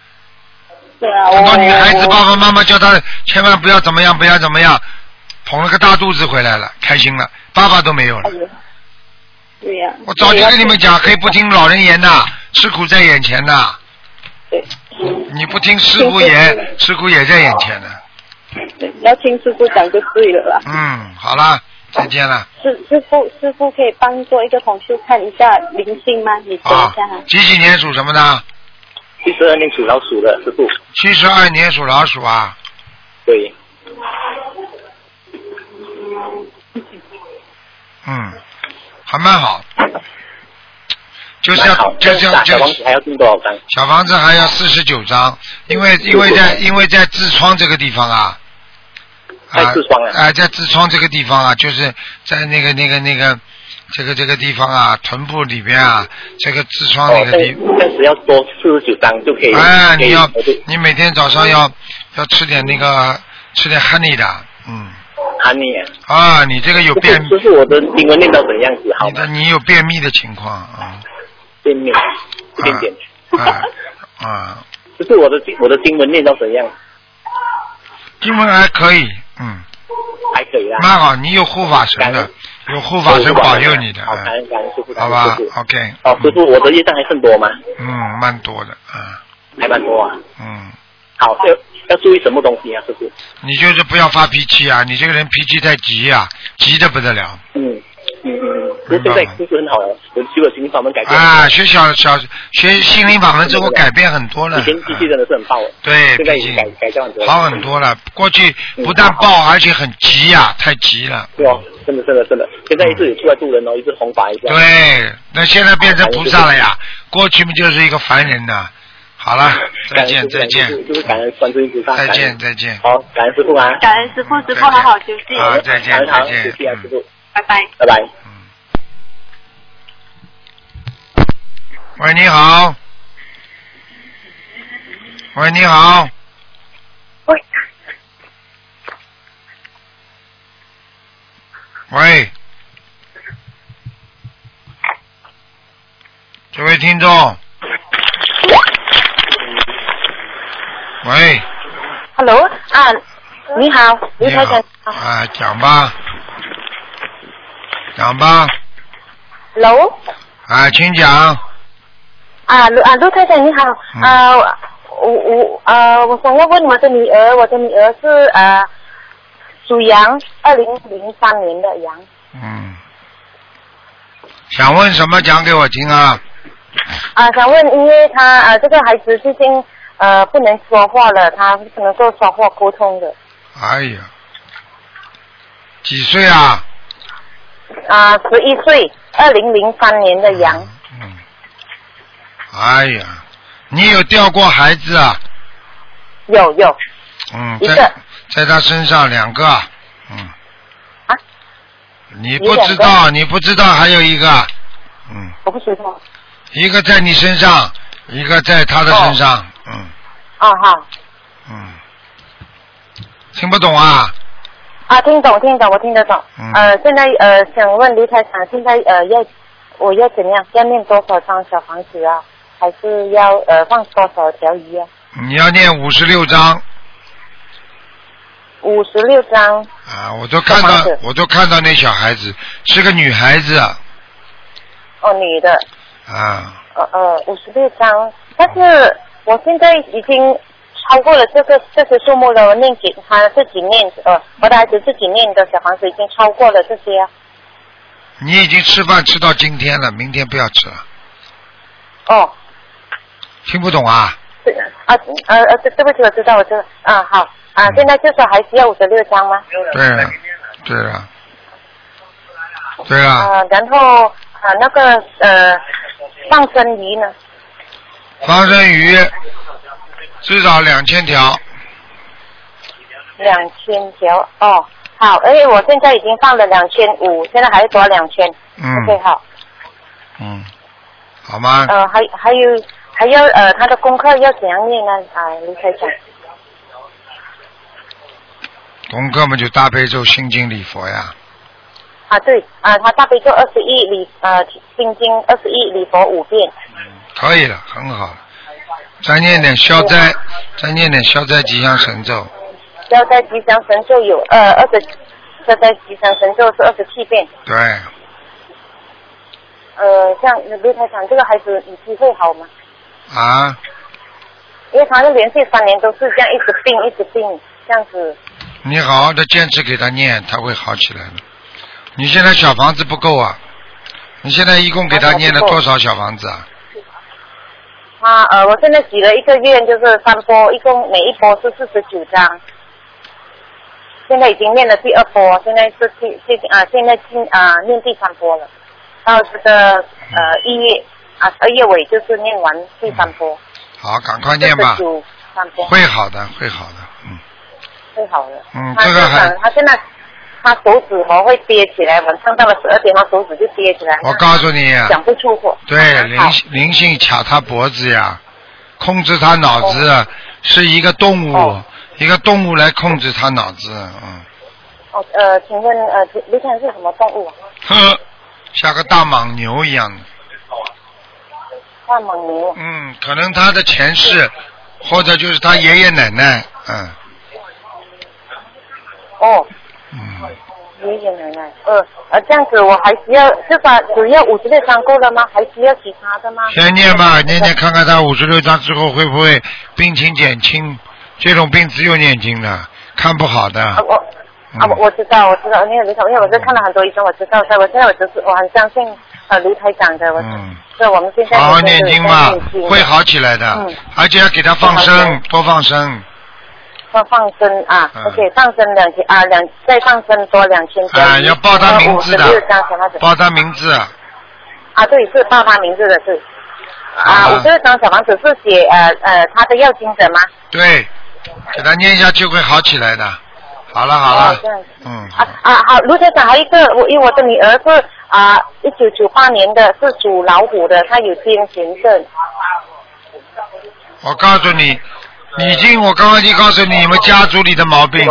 Speaker 7: 对啊，
Speaker 1: 很
Speaker 7: 我
Speaker 1: 多女孩子
Speaker 7: 我
Speaker 1: 爸爸妈妈叫她千万不要怎么样，不要怎么样，捧了个大肚子回来了，开心了，爸爸都没有
Speaker 7: 哎
Speaker 1: 了。
Speaker 7: 呦对呀、
Speaker 1: 我早就跟你们讲，可以不听老人言呐，吃苦在眼前呐。
Speaker 7: 对。
Speaker 1: 你不听师傅
Speaker 7: 对
Speaker 1: 也，师傅也在眼前呢。
Speaker 7: 对，要听师傅讲就对了啦。
Speaker 1: 嗯，好啦，再见了
Speaker 7: 师师傅师傅可以帮做一个同修看一下灵性吗？你等一
Speaker 1: 啊
Speaker 7: 下哈。！
Speaker 1: 几几年属什么的？
Speaker 6: 七十二年属老鼠的师傅，
Speaker 1: 七十二年属老鼠啊。
Speaker 6: 对，
Speaker 1: 嗯，还蛮好，就
Speaker 6: 蛮
Speaker 1: 像
Speaker 6: 好。
Speaker 1: 就
Speaker 6: 这
Speaker 1: 像
Speaker 6: 样打
Speaker 1: 就
Speaker 6: 小王子还要订多少张？
Speaker 1: 小房子还要四十九张，因为因为在因为在痔疮这个地方啊，
Speaker 6: 在痔疮啊
Speaker 1: 啊、在痔疮这个地方啊，就是在那个那个那个这个这个地方啊，臀部里边啊，这个痔疮那
Speaker 6: 哦，
Speaker 1: 个
Speaker 6: 但
Speaker 1: 地，
Speaker 6: 但只要多四十九张就可以。
Speaker 1: 哎，
Speaker 6: 可以
Speaker 1: 你要
Speaker 6: 我就
Speaker 1: 你每天早上要要吃点那个吃点 honey 的，嗯，
Speaker 6: 喊你啊。
Speaker 1: 啊，你这个有便
Speaker 6: 师傅，我的英文念到怎样子好
Speaker 1: 你的
Speaker 6: 吗？
Speaker 1: 你有便秘的情况啊，
Speaker 6: 便秘，一点点。
Speaker 1: 啊啊，
Speaker 6: 就是我的我的经文念到怎样？
Speaker 1: 英文还可 以，嗯。
Speaker 6: 还可以啦。啊
Speaker 1: 蛮好，你有护法神的，有护法神保佑你的，
Speaker 6: 好，感
Speaker 1: 嗯，
Speaker 6: 恩感恩师傅，
Speaker 1: 好
Speaker 6: 感恩
Speaker 1: 吧
Speaker 6: 师傅。
Speaker 1: ？OK，
Speaker 6: 哦，师傅，我的业障还剩多吗？
Speaker 1: 嗯，蛮多的，嗯
Speaker 6: 还蛮多啊。
Speaker 1: 嗯，
Speaker 6: 好，要要注意什么东西啊，师傅？
Speaker 1: 你就是不要发脾气啊，你这个人脾气太急啊，急的不得了
Speaker 6: 嗯嗯嗯，嗯，现在工作很好了，我修了心灵法门改变。
Speaker 1: 啊！学小小学心灵法门之后改变很多了
Speaker 6: 以，前脾气真
Speaker 1: 嗯
Speaker 6: 的是很爆的，
Speaker 1: 对，
Speaker 6: 现在
Speaker 1: 毕
Speaker 6: 已经改
Speaker 1: 竟
Speaker 6: 改掉很多了。
Speaker 1: 好很多了。过去不但暴，而且很急呀、太急了。
Speaker 6: 对哦，真的真的真的，现在一直有出来度人哦，一直弘法一下。
Speaker 1: 对，那现在变成菩萨了呀，过去不就是一个凡人呐？好了，再
Speaker 6: 感恩师
Speaker 1: 见
Speaker 6: 父，
Speaker 1: 再见
Speaker 6: 感恩师父就是感恩观世音菩萨。
Speaker 1: 再
Speaker 6: 感
Speaker 1: 见
Speaker 6: 恩
Speaker 1: 再见。
Speaker 6: 好，感恩师傅啊。
Speaker 8: 感恩师傅，师
Speaker 1: 再
Speaker 8: 傅
Speaker 1: 见
Speaker 8: 好好休息，
Speaker 1: 啊，再见
Speaker 6: 好
Speaker 1: 再
Speaker 6: 好谢
Speaker 1: 见
Speaker 6: 谢啊，师
Speaker 1: 嗯
Speaker 6: 傅，
Speaker 8: 拜拜。
Speaker 6: 拜拜。
Speaker 1: 喂，你好。喂，你好。
Speaker 2: 喂。
Speaker 1: 喂。这位听众。喂。
Speaker 4: Hello 啊，你好，
Speaker 1: 你好。啊，讲吧。讲吧。
Speaker 4: Hello
Speaker 1: 啊，请讲。
Speaker 4: 啊，卢啊卢太太你好
Speaker 1: 嗯
Speaker 4: 啊，我我啊，我想要问我的女儿，我的女儿是呃属羊，二零零三年的羊。
Speaker 1: 嗯。想问什么讲给我听啊？
Speaker 4: 啊，想问，因为他呃，这个孩子最近呃不能说话了，他不能够说话沟通的。
Speaker 1: 哎呀，几岁啊？
Speaker 4: 啊、1十一岁，二零零三年的羊。
Speaker 1: 嗯。哎呀，你有掉过孩子啊？
Speaker 4: 有有
Speaker 1: 嗯，
Speaker 4: 一个
Speaker 1: 在在他身上两个啊。嗯。
Speaker 4: 啊？
Speaker 1: 你
Speaker 4: 有
Speaker 1: 不
Speaker 4: 两
Speaker 1: 知
Speaker 4: 个
Speaker 1: 道，你不知道还有一个，嗯，
Speaker 4: 我不知道。
Speaker 1: 一个在你身上，一个在他的身上，
Speaker 4: 哦
Speaker 1: 嗯
Speaker 4: 啊哈，
Speaker 1: 嗯，听不懂啊？
Speaker 4: 啊，听懂听懂，我听得懂。
Speaker 1: 嗯
Speaker 4: 呃，现在呃，想问卢台长，现在呃要我要怎样？要念多少张小房子啊？还是要呃放多少条鱼啊？
Speaker 1: 你要念五十六章
Speaker 4: 五十六张
Speaker 1: 啊！我都看到
Speaker 4: 小房子，
Speaker 1: 我都看到那小孩子是个女孩子啊
Speaker 4: 哦，女的。
Speaker 1: 啊。
Speaker 4: 呃呃五十六张，但是我现在已经超过了这个这些数目了，我念给他自己念呃，我的孩子自己念的小房子已经超过了这些啊
Speaker 1: 你已经吃饭吃到今天了，明天不要吃了，
Speaker 4: 哦，
Speaker 1: 听不懂啊？
Speaker 4: 对啊呃呃对对不起，我知道我知道啊好啊，现在就说还需要五十六张吗？
Speaker 1: 嗯对了，对了，对了，
Speaker 4: 啊，然后啊那个呃放生鱼呢？
Speaker 1: 方生鱼至少两千条，
Speaker 4: 两千条哦，好，哎，我现在已经放了两千五，现在还要多两千、
Speaker 1: 嗯
Speaker 4: OK 好。
Speaker 1: 嗯，好吗？
Speaker 4: 呃，还还有还要呃，他的功课要怎样念呢？啊、卢台长，
Speaker 1: 功课嘛就大悲咒、心经、礼佛呀，
Speaker 4: 啊对啊、他大悲咒二十一礼呃心经二十一礼佛五遍，
Speaker 1: 可以了，很好了。再念点消灾，再念点消灾吉祥神咒，
Speaker 4: 消灾吉祥神咒有呃二十，消灾吉祥神咒是二十七遍。
Speaker 1: 对，
Speaker 4: 呃，像卢台长这个孩子，你机会好吗？
Speaker 1: 啊，
Speaker 4: 因为他是连续三年都是这样一直病一直病这样子。
Speaker 1: 你好好的坚持给他念，他会好起来的。你现在小房子不够啊？你现在一共给他念了多少小房子啊？
Speaker 4: 他呃，我现在许了一个愿，就是三波，一共每一波是四十九张。现在已经念了第二波，现在是第第啊，现在进啊念第三波了。到这个呃一月啊二月尾就是念完第三波，
Speaker 1: 好，赶嗯快
Speaker 4: 四
Speaker 1: 念
Speaker 4: 十
Speaker 1: 吧，
Speaker 4: 九三波
Speaker 1: 会好的，会好的，嗯。
Speaker 4: 最好了。
Speaker 1: 嗯
Speaker 4: 他
Speaker 1: 这个
Speaker 4: 就
Speaker 1: 很
Speaker 4: 想他现在他手指哦会憋起来，晚上到了十二点，他手指就憋起来。
Speaker 1: 我告诉你，啊
Speaker 4: 讲不出火。
Speaker 1: 对
Speaker 4: 嗯
Speaker 1: 灵性灵性卡他脖子呀，控制他脑子，啊是一个动物，
Speaker 4: 哦
Speaker 1: 一个动物来控制他脑子，嗯。
Speaker 4: 好哦呃，请问呃流产是什么动物啊？
Speaker 1: 呵，像个大莽牛一样的。
Speaker 4: 大蒙牛。啊
Speaker 1: 嗯，可能他的前世，或者就是他爷爷奶奶，嗯
Speaker 4: 哦，
Speaker 1: 嗯，
Speaker 4: 爷爷奶奶。呃呃，这样子我还需要，这把只要五十六张够了吗？还需要其他的吗？
Speaker 1: 先念吧，念念看看他五十六章之后会不会病情减轻。这种病只有念经的，看不好的。
Speaker 4: 啊我啊我我知道我知道，因为卢台，因为我是看了很多医生，我知道，所以我现在我就是我很相信呃卢台长的，我
Speaker 1: 嗯，
Speaker 4: 对我们现在
Speaker 1: 好好
Speaker 4: 就是
Speaker 1: 念经
Speaker 4: 在
Speaker 1: 吧
Speaker 4: 念，经
Speaker 1: 会好起来的
Speaker 4: 嗯，
Speaker 1: 而且要给他放
Speaker 4: 会好
Speaker 1: 生，多放生。
Speaker 4: 放放生啊
Speaker 1: 嗯
Speaker 4: ，OK，放生两千啊两再放生多两千呃多
Speaker 1: 啊，要报他名字的
Speaker 4: 56张小房子，
Speaker 1: 报他名字，
Speaker 4: 啊对是报他名字的是啊
Speaker 1: 好
Speaker 4: 五
Speaker 1: 了
Speaker 4: 十六张小房子是写呃呃他的要经者吗？
Speaker 1: 对，给他念一下就会好起来的。好了好
Speaker 4: 哦
Speaker 1: 了
Speaker 4: 这样子，
Speaker 1: 嗯，好
Speaker 4: 啊啊好，卢台长还有一个，我因为我的女儿是啊一九九八年的，是属老虎的，她有癫痫症。
Speaker 1: 我告诉你，已经我刚刚就告诉你们家族里的毛病，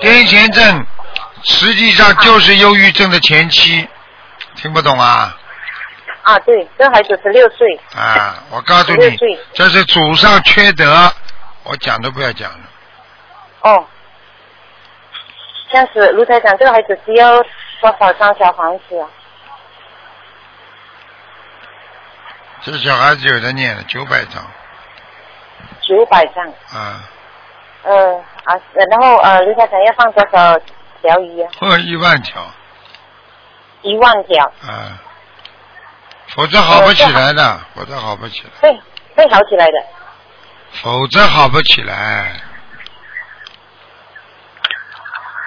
Speaker 1: 癫痫症实际上就是忧郁症的前期，听不懂啊？
Speaker 4: 啊，对，这孩子十六岁，
Speaker 1: 啊，我告诉
Speaker 4: 对
Speaker 1: 你
Speaker 4: 对，
Speaker 1: 这是祖上缺德，我讲都不要讲了。
Speaker 4: 哦。这样子，卢台长，这个孩子需要多少张小房子啊？
Speaker 1: 这小孩子有的念了九百张
Speaker 4: 九百张。
Speaker 1: 啊，
Speaker 4: 呃啊，然后呃，卢台长要放多少条鱼啊？
Speaker 1: 或一万条
Speaker 4: 一万条，
Speaker 1: 啊，否则好不起来的，否则好不起来，
Speaker 4: 会会好起来的。
Speaker 1: 否则好不起来。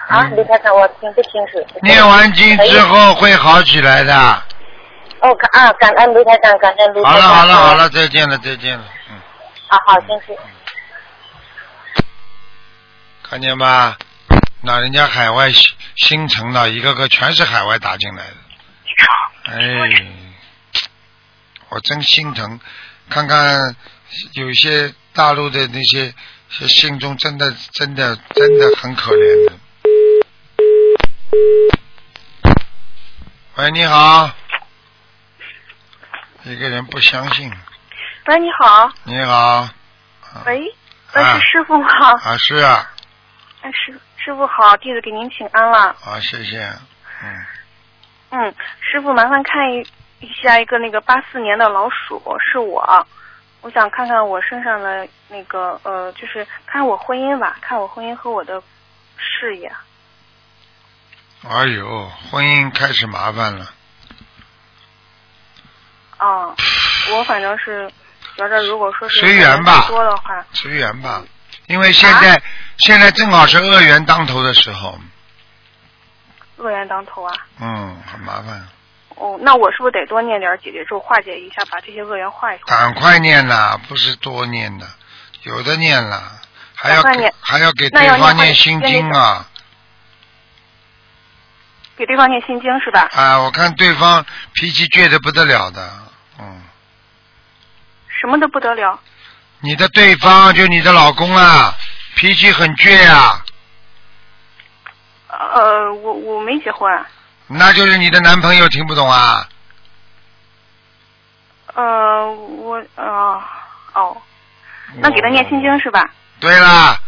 Speaker 4: 啊，卢台长，我听不清楚。
Speaker 1: 嗯念完经之后会好起来的。
Speaker 4: 哦，感啊，感恩卢台长，感恩卢台
Speaker 1: 好
Speaker 4: 长。
Speaker 1: 了好了好了，再见了再见了，嗯，
Speaker 4: 啊，好，先生。
Speaker 1: 看见吧？那人家海外新新城的，一个个全是海外打进来的。哎，我真心疼，看看有些大陆的那些些信众，真的真的真的很可怜的。喂，你好。一个人不相信。
Speaker 8: 喂，你好。
Speaker 1: 你好。
Speaker 8: 喂，喂，
Speaker 1: 啊
Speaker 8: 是师傅吗？
Speaker 1: 啊，是啊。
Speaker 8: 哎，师师傅好，弟子给您请安了。
Speaker 1: 啊，谢谢。嗯，
Speaker 8: 嗯，师傅麻烦看一一下一个那个八四年的老鼠是我，我想看看我身上的那个呃，就是看我婚姻吧，看我婚姻和我的事业。
Speaker 1: 哎呦，婚姻开始麻烦了。
Speaker 8: 啊，我反正是觉着，如果说是
Speaker 1: 随缘吧
Speaker 8: 多的话，
Speaker 1: 随缘吧，因为现在、现在正好是恶缘当头的时候，
Speaker 8: 恶缘当头啊。
Speaker 1: 嗯，很麻烦，
Speaker 8: 哦，那我是不是得多念点解姐咒，化解一下，把这些恶缘化一化？
Speaker 1: 赶快念啦，不是多念的，有的念啦，还要
Speaker 8: 赶快
Speaker 1: 给
Speaker 8: 念
Speaker 1: 还要给
Speaker 8: 那
Speaker 1: 对
Speaker 8: 要
Speaker 1: 方
Speaker 8: 念
Speaker 1: 念
Speaker 8: 换
Speaker 1: 心
Speaker 8: 念
Speaker 1: 经
Speaker 8: 那
Speaker 1: 啊
Speaker 8: 给对方念心经是吧？
Speaker 1: 啊！我看对方脾气倔得不得了的，嗯，
Speaker 8: 什么都不得了。
Speaker 1: 你的对方就你的老公啊，脾气很倔啊，
Speaker 8: 呃，我我没结婚，
Speaker 1: 那就是你的男朋友听不懂啊，
Speaker 8: 呃，我呃哦，那给他念心
Speaker 1: 我
Speaker 8: 经是吧？
Speaker 1: 对啦，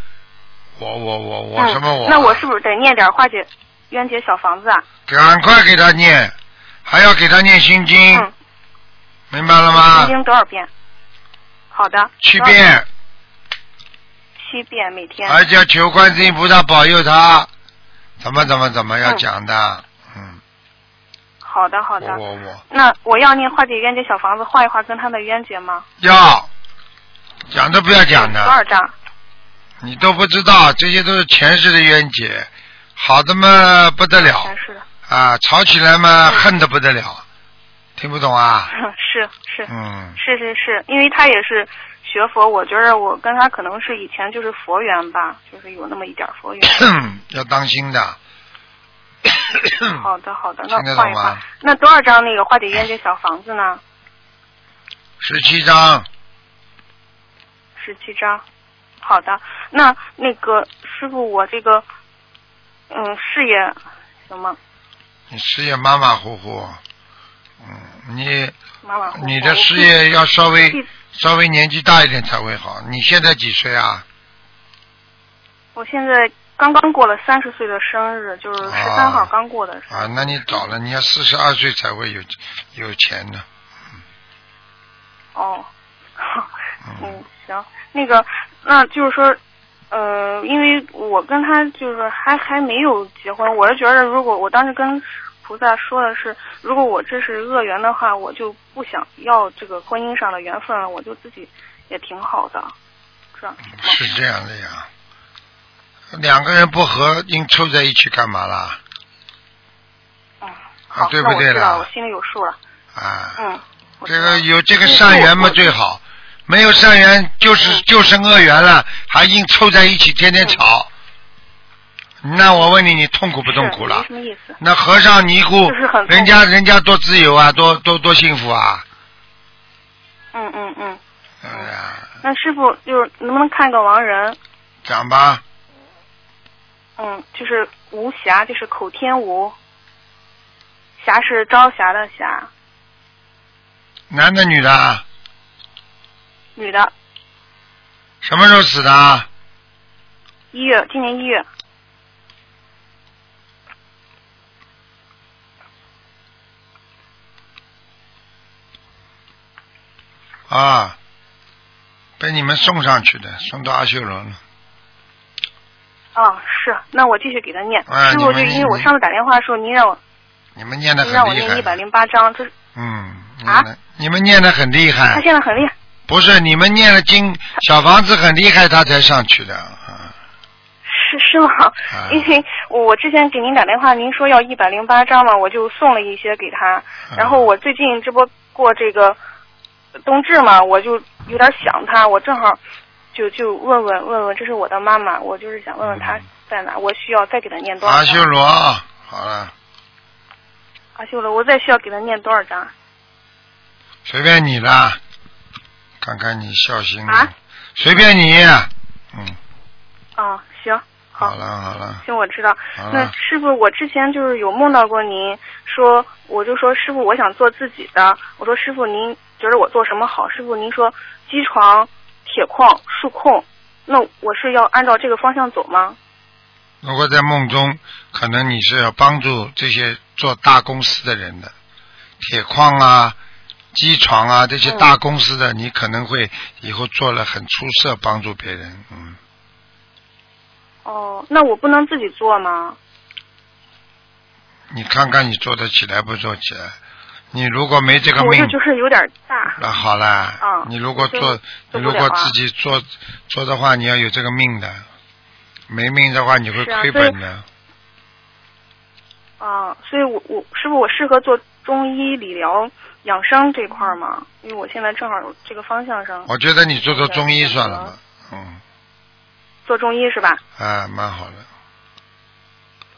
Speaker 1: 我我我我什么我？
Speaker 8: 嗯？那我是不是得念点化解冤结小房子啊？
Speaker 1: 赶快给他念，还要给他念心经，
Speaker 8: 嗯，
Speaker 1: 明白了
Speaker 8: 心
Speaker 1: 吗？
Speaker 8: 经多少遍？好的。
Speaker 1: 七遍，
Speaker 8: 七遍每天。
Speaker 1: 而且要求观世音菩萨保佑他，怎么怎么怎么要讲的，嗯，
Speaker 8: 好的，好
Speaker 1: 我
Speaker 8: 的。
Speaker 1: 我我
Speaker 8: 那我要念化解冤结小房子，画一画跟他的冤结吗？
Speaker 1: 要讲都不要讲
Speaker 8: 多
Speaker 1: 的，
Speaker 8: 少张？
Speaker 1: 你都不知道，这些都是前世的冤结，好的嘛不得了
Speaker 8: 全是的。嗯
Speaker 1: 啊，吵起来嘛恨的不得了，听不懂啊？
Speaker 8: 是是
Speaker 1: 嗯，
Speaker 8: 是是是，因为他也是学佛，我觉得我跟他可能是以前就是佛缘吧，就是有那么一点儿 佛缘。
Speaker 1: 嗯要当心的。
Speaker 8: 好的好的，那
Speaker 1: 听得
Speaker 8: 画
Speaker 1: 懂
Speaker 8: 一
Speaker 1: 吗
Speaker 8: 画。？那多少张那个化解冤结小房子呢？
Speaker 1: 十七章，
Speaker 8: 十七张。好的，那那个师傅，我这个嗯事业行吗？
Speaker 1: 你事业马马虎虎，嗯，你
Speaker 8: 马马虎虎。
Speaker 1: 你的
Speaker 8: 我
Speaker 1: 事
Speaker 8: 弟
Speaker 1: 业要稍微
Speaker 8: 弟
Speaker 1: 稍微年纪大一点才会好。你现在几岁啊？
Speaker 8: 我现在刚刚过了三十岁的生日，就是
Speaker 1: 啊
Speaker 8: 十三号刚过的生日
Speaker 1: 啊，那你早了，你要四十二岁才会有有钱呢。
Speaker 8: 哦，
Speaker 1: 嗯
Speaker 8: 嗯，行，那个，那就是说，呃，因为我跟他就是还还没有结婚，我是觉得如果我当时跟菩萨说的是，如果我这是恶缘的话，我就不想要这个婚姻上的缘分了，我就自己也挺好的，这样。
Speaker 1: 是这样的呀。两个人不合，硬凑在一起干嘛啦？
Speaker 8: 嗯，
Speaker 1: 啊
Speaker 8: 好，
Speaker 1: 对不对
Speaker 8: 那我知道
Speaker 1: 啦
Speaker 8: 了，我心里有数了。
Speaker 1: 啊，
Speaker 8: 嗯，我知
Speaker 1: 这
Speaker 8: 道
Speaker 1: 个
Speaker 8: 了
Speaker 1: 有这个
Speaker 8: 因为
Speaker 1: 善缘
Speaker 8: 我嗯
Speaker 1: 嘛
Speaker 8: 我
Speaker 1: 最好，没有善缘就是就是恶缘了，还硬凑在一起天天吵。那我问你，你痛苦不痛苦
Speaker 8: 嗯是
Speaker 1: 了
Speaker 8: 没？什么意思。
Speaker 1: 那和尚尼姑
Speaker 8: 就是很，痛
Speaker 1: 人家人家多自由啊，多多多幸福啊！
Speaker 8: 嗯嗯嗯，
Speaker 1: 哎呀，
Speaker 8: 那师傅就是能不能看个亡人？
Speaker 1: 讲吧，
Speaker 8: 嗯，就是无暇，就是口天吴，霞是朝霞的霞，
Speaker 1: 男的女的啊，
Speaker 8: 女的，
Speaker 1: 什么时候死的啊？
Speaker 8: 一月，今年一月，
Speaker 1: 啊，被你们送上去的，送到阿修罗了。
Speaker 8: 啊，是，那我继续给他念。
Speaker 1: 啊
Speaker 8: 师傅，
Speaker 1: 你
Speaker 8: 就
Speaker 1: 们
Speaker 8: 因为我
Speaker 1: 你
Speaker 8: 上次打电话的时候，您让我
Speaker 1: 你们念的
Speaker 8: 您让
Speaker 1: 很
Speaker 8: 我
Speaker 1: 厉
Speaker 8: 念一百
Speaker 1: 害，
Speaker 8: 零八章，这是
Speaker 1: 嗯，你
Speaker 8: 啊
Speaker 1: 们你们念的很厉
Speaker 8: 他
Speaker 1: 害，
Speaker 8: 现在很厉害，
Speaker 1: 不是你们念了 经小房子很厉害，他才上去的，啊
Speaker 8: 是是吗？因为我我之前给您打电话，您说要一百零八章嘛，我就送了一些给
Speaker 1: 啊
Speaker 8: 他。然后我最近这不过这个冬至嘛，我就有点想他，我正好就就问问问问，这是我的妈妈，我就是想问问她在哪，我需要再给她念多
Speaker 1: 嗯
Speaker 8: 少
Speaker 1: 阿
Speaker 8: 张？
Speaker 1: 修罗啊，好了，
Speaker 8: 阿修罗，我再需要给她念多少张？
Speaker 1: 随便你啦，看看你孝心
Speaker 8: 啊，
Speaker 1: 随便你，嗯，
Speaker 8: 啊，行，
Speaker 1: 好
Speaker 8: 好，
Speaker 1: 了好了，
Speaker 8: 行，我知道。
Speaker 1: 好
Speaker 8: 那
Speaker 1: 了，
Speaker 8: 师傅，我之前就是有梦到过您，说我就说师傅，我想做自己的。我说师傅，您觉得我做什么好？师傅您说机床、铁矿、数控，那我是要按照这个方向走吗？
Speaker 1: 如果在梦中，可能你是要帮助这些做大公司的人的，铁矿啊、机床啊这些大公司的，你可能会以后做了很出色，帮助别人。嗯，
Speaker 8: 哦，那我不能自己做吗？
Speaker 1: 你看看你做得起来不做起来？你如果没这个
Speaker 8: 我这
Speaker 1: 命，
Speaker 8: 就是有点大。
Speaker 1: 那啊好啦。
Speaker 8: 嗯
Speaker 1: 你如果做，
Speaker 8: 就
Speaker 1: 你如
Speaker 8: 做
Speaker 1: 果
Speaker 8: 不了啊
Speaker 1: 自己做做的话，你要有这个命的。没命的话，你会
Speaker 8: 是啊
Speaker 1: 亏
Speaker 8: 所以
Speaker 1: 本的。
Speaker 8: 啊，所以我我师傅，我适合做中医理疗养生这块儿吗？因为我现在正好有这个方向上
Speaker 1: 我觉得你做做
Speaker 8: 是啊
Speaker 1: 中医
Speaker 8: 是啊
Speaker 1: 算了吧。嗯，
Speaker 8: 做中医是吧？
Speaker 1: 啊，蛮好的。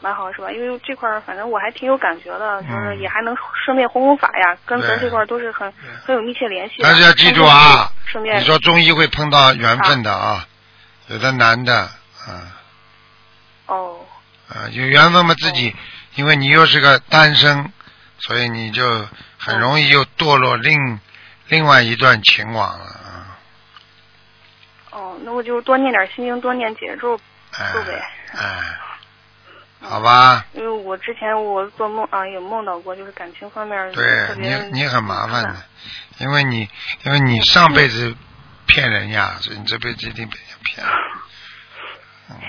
Speaker 8: 蛮好是吧？因为这块儿反正我还挺有感觉的，就是
Speaker 1: 嗯
Speaker 8: 也还能顺便弘弘法呀，跟咱
Speaker 1: 对
Speaker 8: 这块儿都是很很有密切联系的。
Speaker 1: 但是要记住啊
Speaker 8: 顺便
Speaker 1: 你说中医会碰到缘分的啊，有的男的啊
Speaker 8: 哦，
Speaker 1: 啊，有缘分嘛自己，
Speaker 8: 嗯
Speaker 1: 因为你又是个单身，所以你就很容易又堕落
Speaker 8: 嗯
Speaker 1: 另另外一段情网了啊。
Speaker 8: 哦，那我就多念点心经，多念解咒，
Speaker 1: 哎
Speaker 8: 对嗯呗
Speaker 1: 哎，好吧，
Speaker 8: 因为我之前我做梦啊有梦到过，就是感情方面
Speaker 1: 对
Speaker 8: 特
Speaker 1: 你
Speaker 8: 别
Speaker 1: 你很麻烦的，因为你因为你上辈子骗人呀，所以你这辈子一定被人家骗了。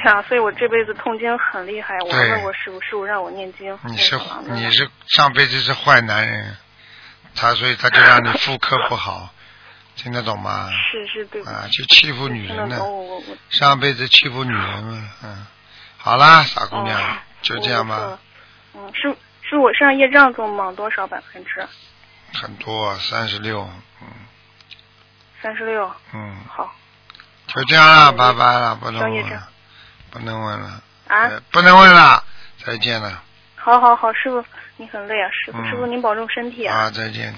Speaker 8: 对啊，所以我这辈子痛经很厉害。我
Speaker 1: 对嗯
Speaker 8: 问过师傅，师傅让我念经。
Speaker 1: 你
Speaker 8: 念
Speaker 1: 是
Speaker 8: 小房子
Speaker 1: 你是上辈子是坏男人，他所以他就让你妇科不好，听得懂吗？
Speaker 8: 是是对不起
Speaker 1: 啊，就欺负女
Speaker 8: 听
Speaker 1: 人
Speaker 8: 得
Speaker 1: 呢
Speaker 8: 懂，我我我
Speaker 1: 上辈子欺负女人了，嗯。好啦，傻姑娘，
Speaker 8: 哦
Speaker 1: 就这样
Speaker 8: 我错
Speaker 1: 吧
Speaker 8: 了，嗯，是是我身上业障总猛多少百分之
Speaker 1: 很多啊三十六，嗯
Speaker 8: 三十六？
Speaker 1: 嗯，
Speaker 8: 好
Speaker 1: 就这样啦，
Speaker 8: 嗯
Speaker 1: 拜拜啦，不能
Speaker 8: 消业
Speaker 1: 问
Speaker 8: 障
Speaker 1: 了，不能问了，
Speaker 8: 啊，
Speaker 1: 呃不能问了，再见了。
Speaker 8: 好好好，师傅你很累啊，师傅、
Speaker 1: 嗯
Speaker 8: 师傅您保重身
Speaker 9: 哎
Speaker 8: 体啊。
Speaker 1: 啊，再见。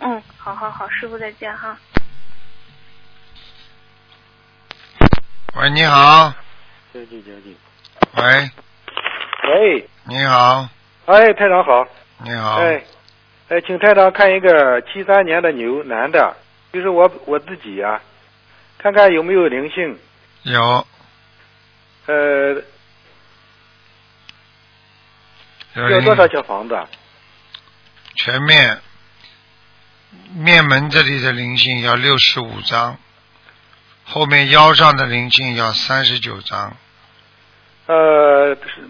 Speaker 8: 嗯，好好好，师傅再见哈。
Speaker 1: 喂，你好。
Speaker 9: 对对对对。
Speaker 1: 喂，
Speaker 9: 喂，
Speaker 1: 你好，
Speaker 9: 哎，台长好。
Speaker 1: 你好。
Speaker 9: 哎，哎，请台长看一个七三年的牛男的，就是我我自己啊，看看有没有灵性。
Speaker 1: 有
Speaker 9: 呃，
Speaker 1: 有
Speaker 9: 要
Speaker 1: 人
Speaker 9: 多少小房子啊？
Speaker 1: 全面面门这里的灵性要六十五张，后面腰上的灵性要三十九张，
Speaker 9: 呃，是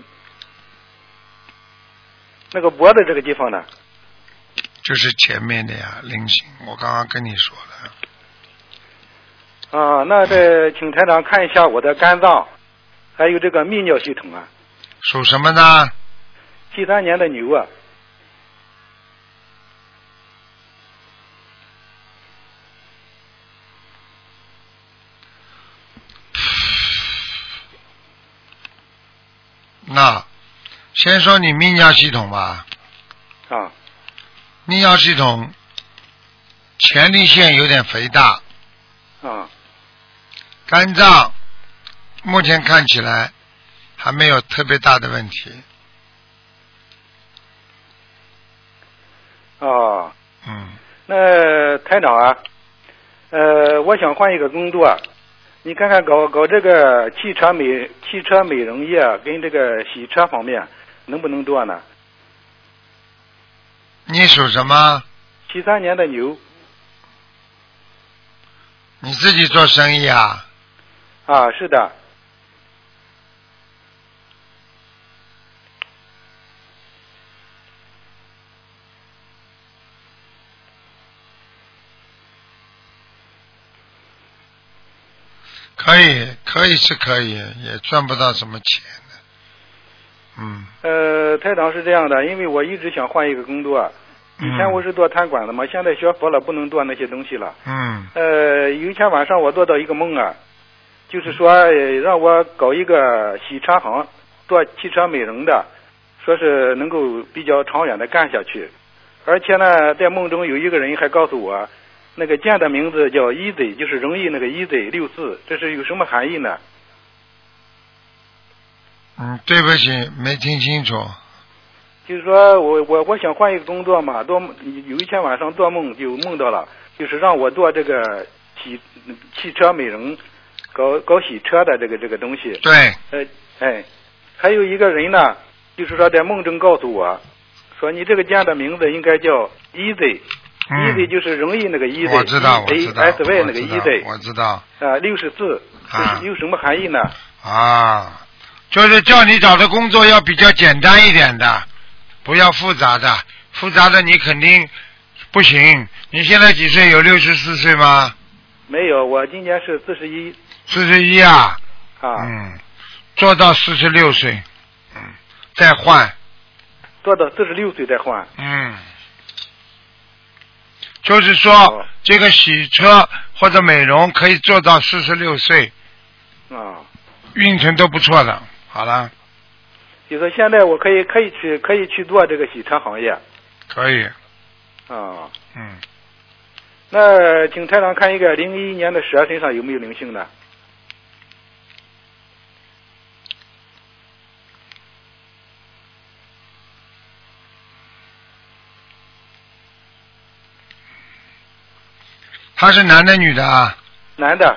Speaker 9: 那个脖子这个地方呢？
Speaker 1: 就是前面的呀灵性。我刚刚跟你说了，
Speaker 9: 啊，那这请台长看一下我的肝脏，还有这个泌尿系统啊。
Speaker 1: 属什么呢？
Speaker 9: 七三年的牛啊，
Speaker 1: 那先说你泌尿系统吧，
Speaker 9: 啊，
Speaker 1: 泌尿系统前列腺有点肥大，
Speaker 9: 啊，
Speaker 1: 肝脏目前看起来还没有特别大的问题，
Speaker 9: 啊。
Speaker 1: 嗯，
Speaker 9: 那台长啊，呃，我想换一个工作，啊你看看搞搞这个汽车美汽车美容业啊跟这个洗车方面啊能不能做呢？
Speaker 1: 你属什么？
Speaker 9: 七三年的牛
Speaker 1: 你自己做生意啊？
Speaker 9: 啊，是的，
Speaker 1: 可以，可以是可以，也赚不到什么钱的。嗯，
Speaker 9: 呃，台长是这样的，因为我一直想换一个工作，啊以
Speaker 7: 嗯
Speaker 9: 前我
Speaker 1: 是
Speaker 9: 是做餐馆的嘛，现在学佛了，不能做那些东西了。
Speaker 1: 嗯
Speaker 9: 呃，有一天晚上我做到一个梦啊，就是说、呃让我搞一个洗车行，做汽车美容的，说是能够比较长远的干下去。而且呢，在梦中有一个人还告诉我，那个剑的名字叫 easy，就是容易那个 easy 六四，这是有什么含义呢？
Speaker 1: 嗯，对不起，没听清楚。
Speaker 9: 就是说我我我想换一个工作嘛，做梦有一天晚上做梦就梦到了，就是让我做这个洗汽车美容，搞搞洗车的这个这个东西。
Speaker 1: 对，
Speaker 9: 呃，哎，还有一个人呢，就是说在梦中告诉我，说你这个家的名字应该叫 Easy，Easy、
Speaker 1: 嗯，
Speaker 9: 就是容易那个 Easy，
Speaker 1: 我知道，我知道，我
Speaker 9: S
Speaker 1: 知
Speaker 9: Y 哎那个
Speaker 1: 道，
Speaker 9: Easy
Speaker 1: 我知道
Speaker 9: 啊，六十四，
Speaker 1: 啊
Speaker 9: 这是有什么含义呢？
Speaker 1: 啊，就是叫你找的工作要比较简单一点的，不要复杂的，复杂的你肯定不行。你现在几岁？有六十四岁吗？
Speaker 9: 没有，我今年是四十一
Speaker 1: 四十一啊，
Speaker 9: 啊，
Speaker 1: 嗯，做到四十六岁，嗯，再换，
Speaker 9: 做到四十六岁再换。
Speaker 1: 嗯，就是说
Speaker 9: 哦
Speaker 1: 这个洗车或者美容可以做到四十六岁，
Speaker 9: 啊，
Speaker 1: 运程都不错的。好了，
Speaker 9: 就说现在我可以可以去可以去做这个洗车行业
Speaker 1: 可以，
Speaker 9: 啊。
Speaker 1: 嗯，
Speaker 9: 那请台长看一个零一年的蛇身上有没有灵性呢？
Speaker 1: 他是男的女的啊？
Speaker 9: 男的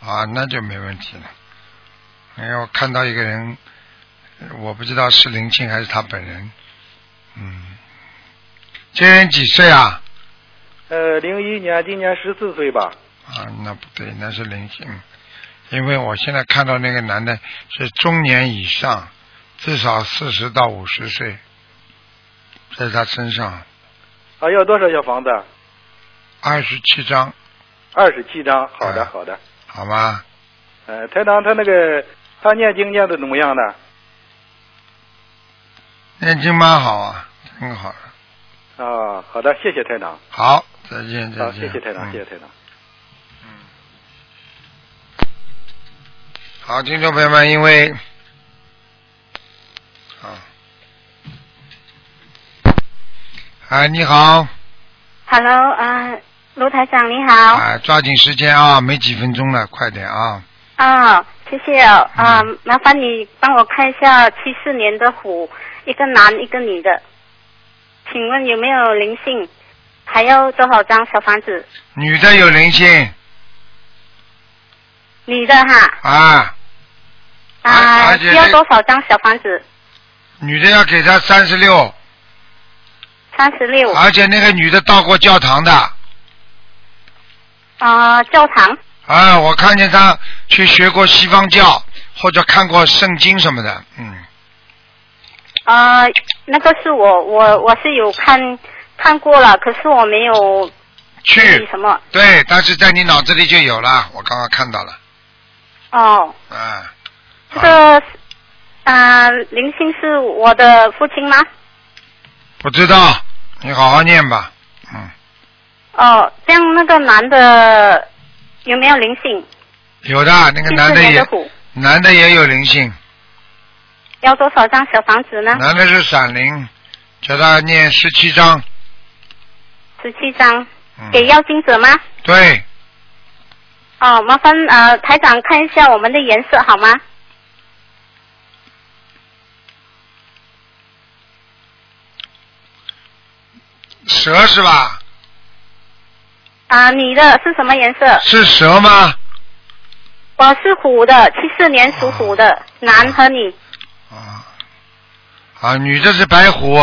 Speaker 1: 啊，那就没问题了。因为我看到一个人，我不知道是林庆还是他本人。嗯，这人几岁啊？
Speaker 9: 呃，零一年，今年十四岁吧。
Speaker 1: 啊，那不对，那是灵性，因为我现在看到那个男的是中年以上，至少四十到五十岁，在他身上
Speaker 9: 啊，要多少小房子？
Speaker 1: 二十七张，
Speaker 9: 二十七张。好的，
Speaker 1: 嗯
Speaker 9: 好的。
Speaker 1: 好吗？
Speaker 9: 呃，台长，他那个他念经念的怎么样呢？
Speaker 1: 念经蛮好啊，挺好的。
Speaker 9: 啊，好的，谢谢台长。
Speaker 1: 好，再见，再
Speaker 9: 好，
Speaker 1: 见。
Speaker 9: 谢谢台长，
Speaker 1: 嗯
Speaker 9: 谢谢台长。
Speaker 1: 好，听众朋友们，因为好，哎，你好，
Speaker 10: Hello，啊、卢台长你好。
Speaker 1: 啊，抓紧时间啊，没几分钟了，快点啊，
Speaker 10: 啊、谢谢哦啊、麻烦你帮我看一下七四年的虎，一个男一个女的，请问有没有灵性？还要多少张小房子？
Speaker 1: 女的有灵性
Speaker 10: 女的哈
Speaker 1: 啊，
Speaker 10: 啊、
Speaker 1: 而且
Speaker 10: 需要
Speaker 1: 那
Speaker 10: 多少张小房子？
Speaker 1: 女的要给她三十六，
Speaker 10: 三十六
Speaker 1: 而且那个女的到过教堂的，
Speaker 10: 啊，教堂
Speaker 1: 啊，我看见她去学过西方教或者看过圣经什么的，嗯，
Speaker 10: 啊、那个是我我我是有看看过了，可是我没有
Speaker 1: 去，
Speaker 10: 什么
Speaker 1: 对，但是在你脑子里就有了，我刚刚看到了，
Speaker 10: 哦。
Speaker 1: 啊。
Speaker 10: 这个啊、林星是我的父亲吗？
Speaker 1: 不知道，你好好念吧。
Speaker 10: 哦，这样那个男的有没有灵性？
Speaker 1: 有的，那个
Speaker 10: 七
Speaker 1: 男
Speaker 10: 四
Speaker 1: 的
Speaker 10: 年
Speaker 1: 也
Speaker 10: 的虎
Speaker 1: 男的也有灵性，
Speaker 10: 要多少张小房子呢？
Speaker 1: 男的是闪灵，叫他念十七章。
Speaker 10: 十七张，
Speaker 1: 嗯
Speaker 10: 给要金者吗？
Speaker 1: 对，
Speaker 10: 哦，麻烦呃台长看一下我们的颜色好吗？
Speaker 1: 蛇是吧？
Speaker 10: 啊、你的是什么颜色？
Speaker 1: 是蛇吗？
Speaker 10: 我是虎的，七四年属虎的、男和女。
Speaker 1: 啊，女的是白虎，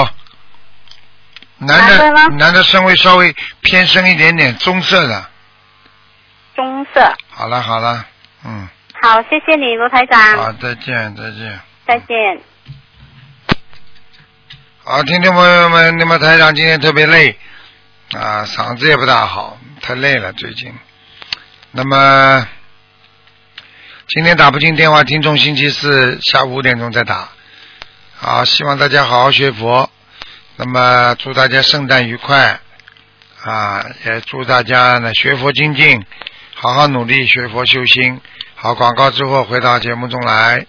Speaker 1: 男
Speaker 10: 男
Speaker 1: 的
Speaker 10: 的吗
Speaker 1: 男的身位稍微偏深一点点，棕色的。
Speaker 10: 棕色。
Speaker 1: 好了好了，嗯，
Speaker 10: 好，谢谢你，罗台长，
Speaker 1: 好，再见再见。
Speaker 10: 再见。
Speaker 1: 好，听众朋友们，那么台长今天特别累啊，嗓子也不大好，太累了最近。那么今天打不进电话，听众星期四下午五点钟再打。好，希望大家好好学佛。那么祝大家圣诞愉快啊，也祝大家呢学佛精进，好好努力学佛修心。好，广告之后回到节目中来。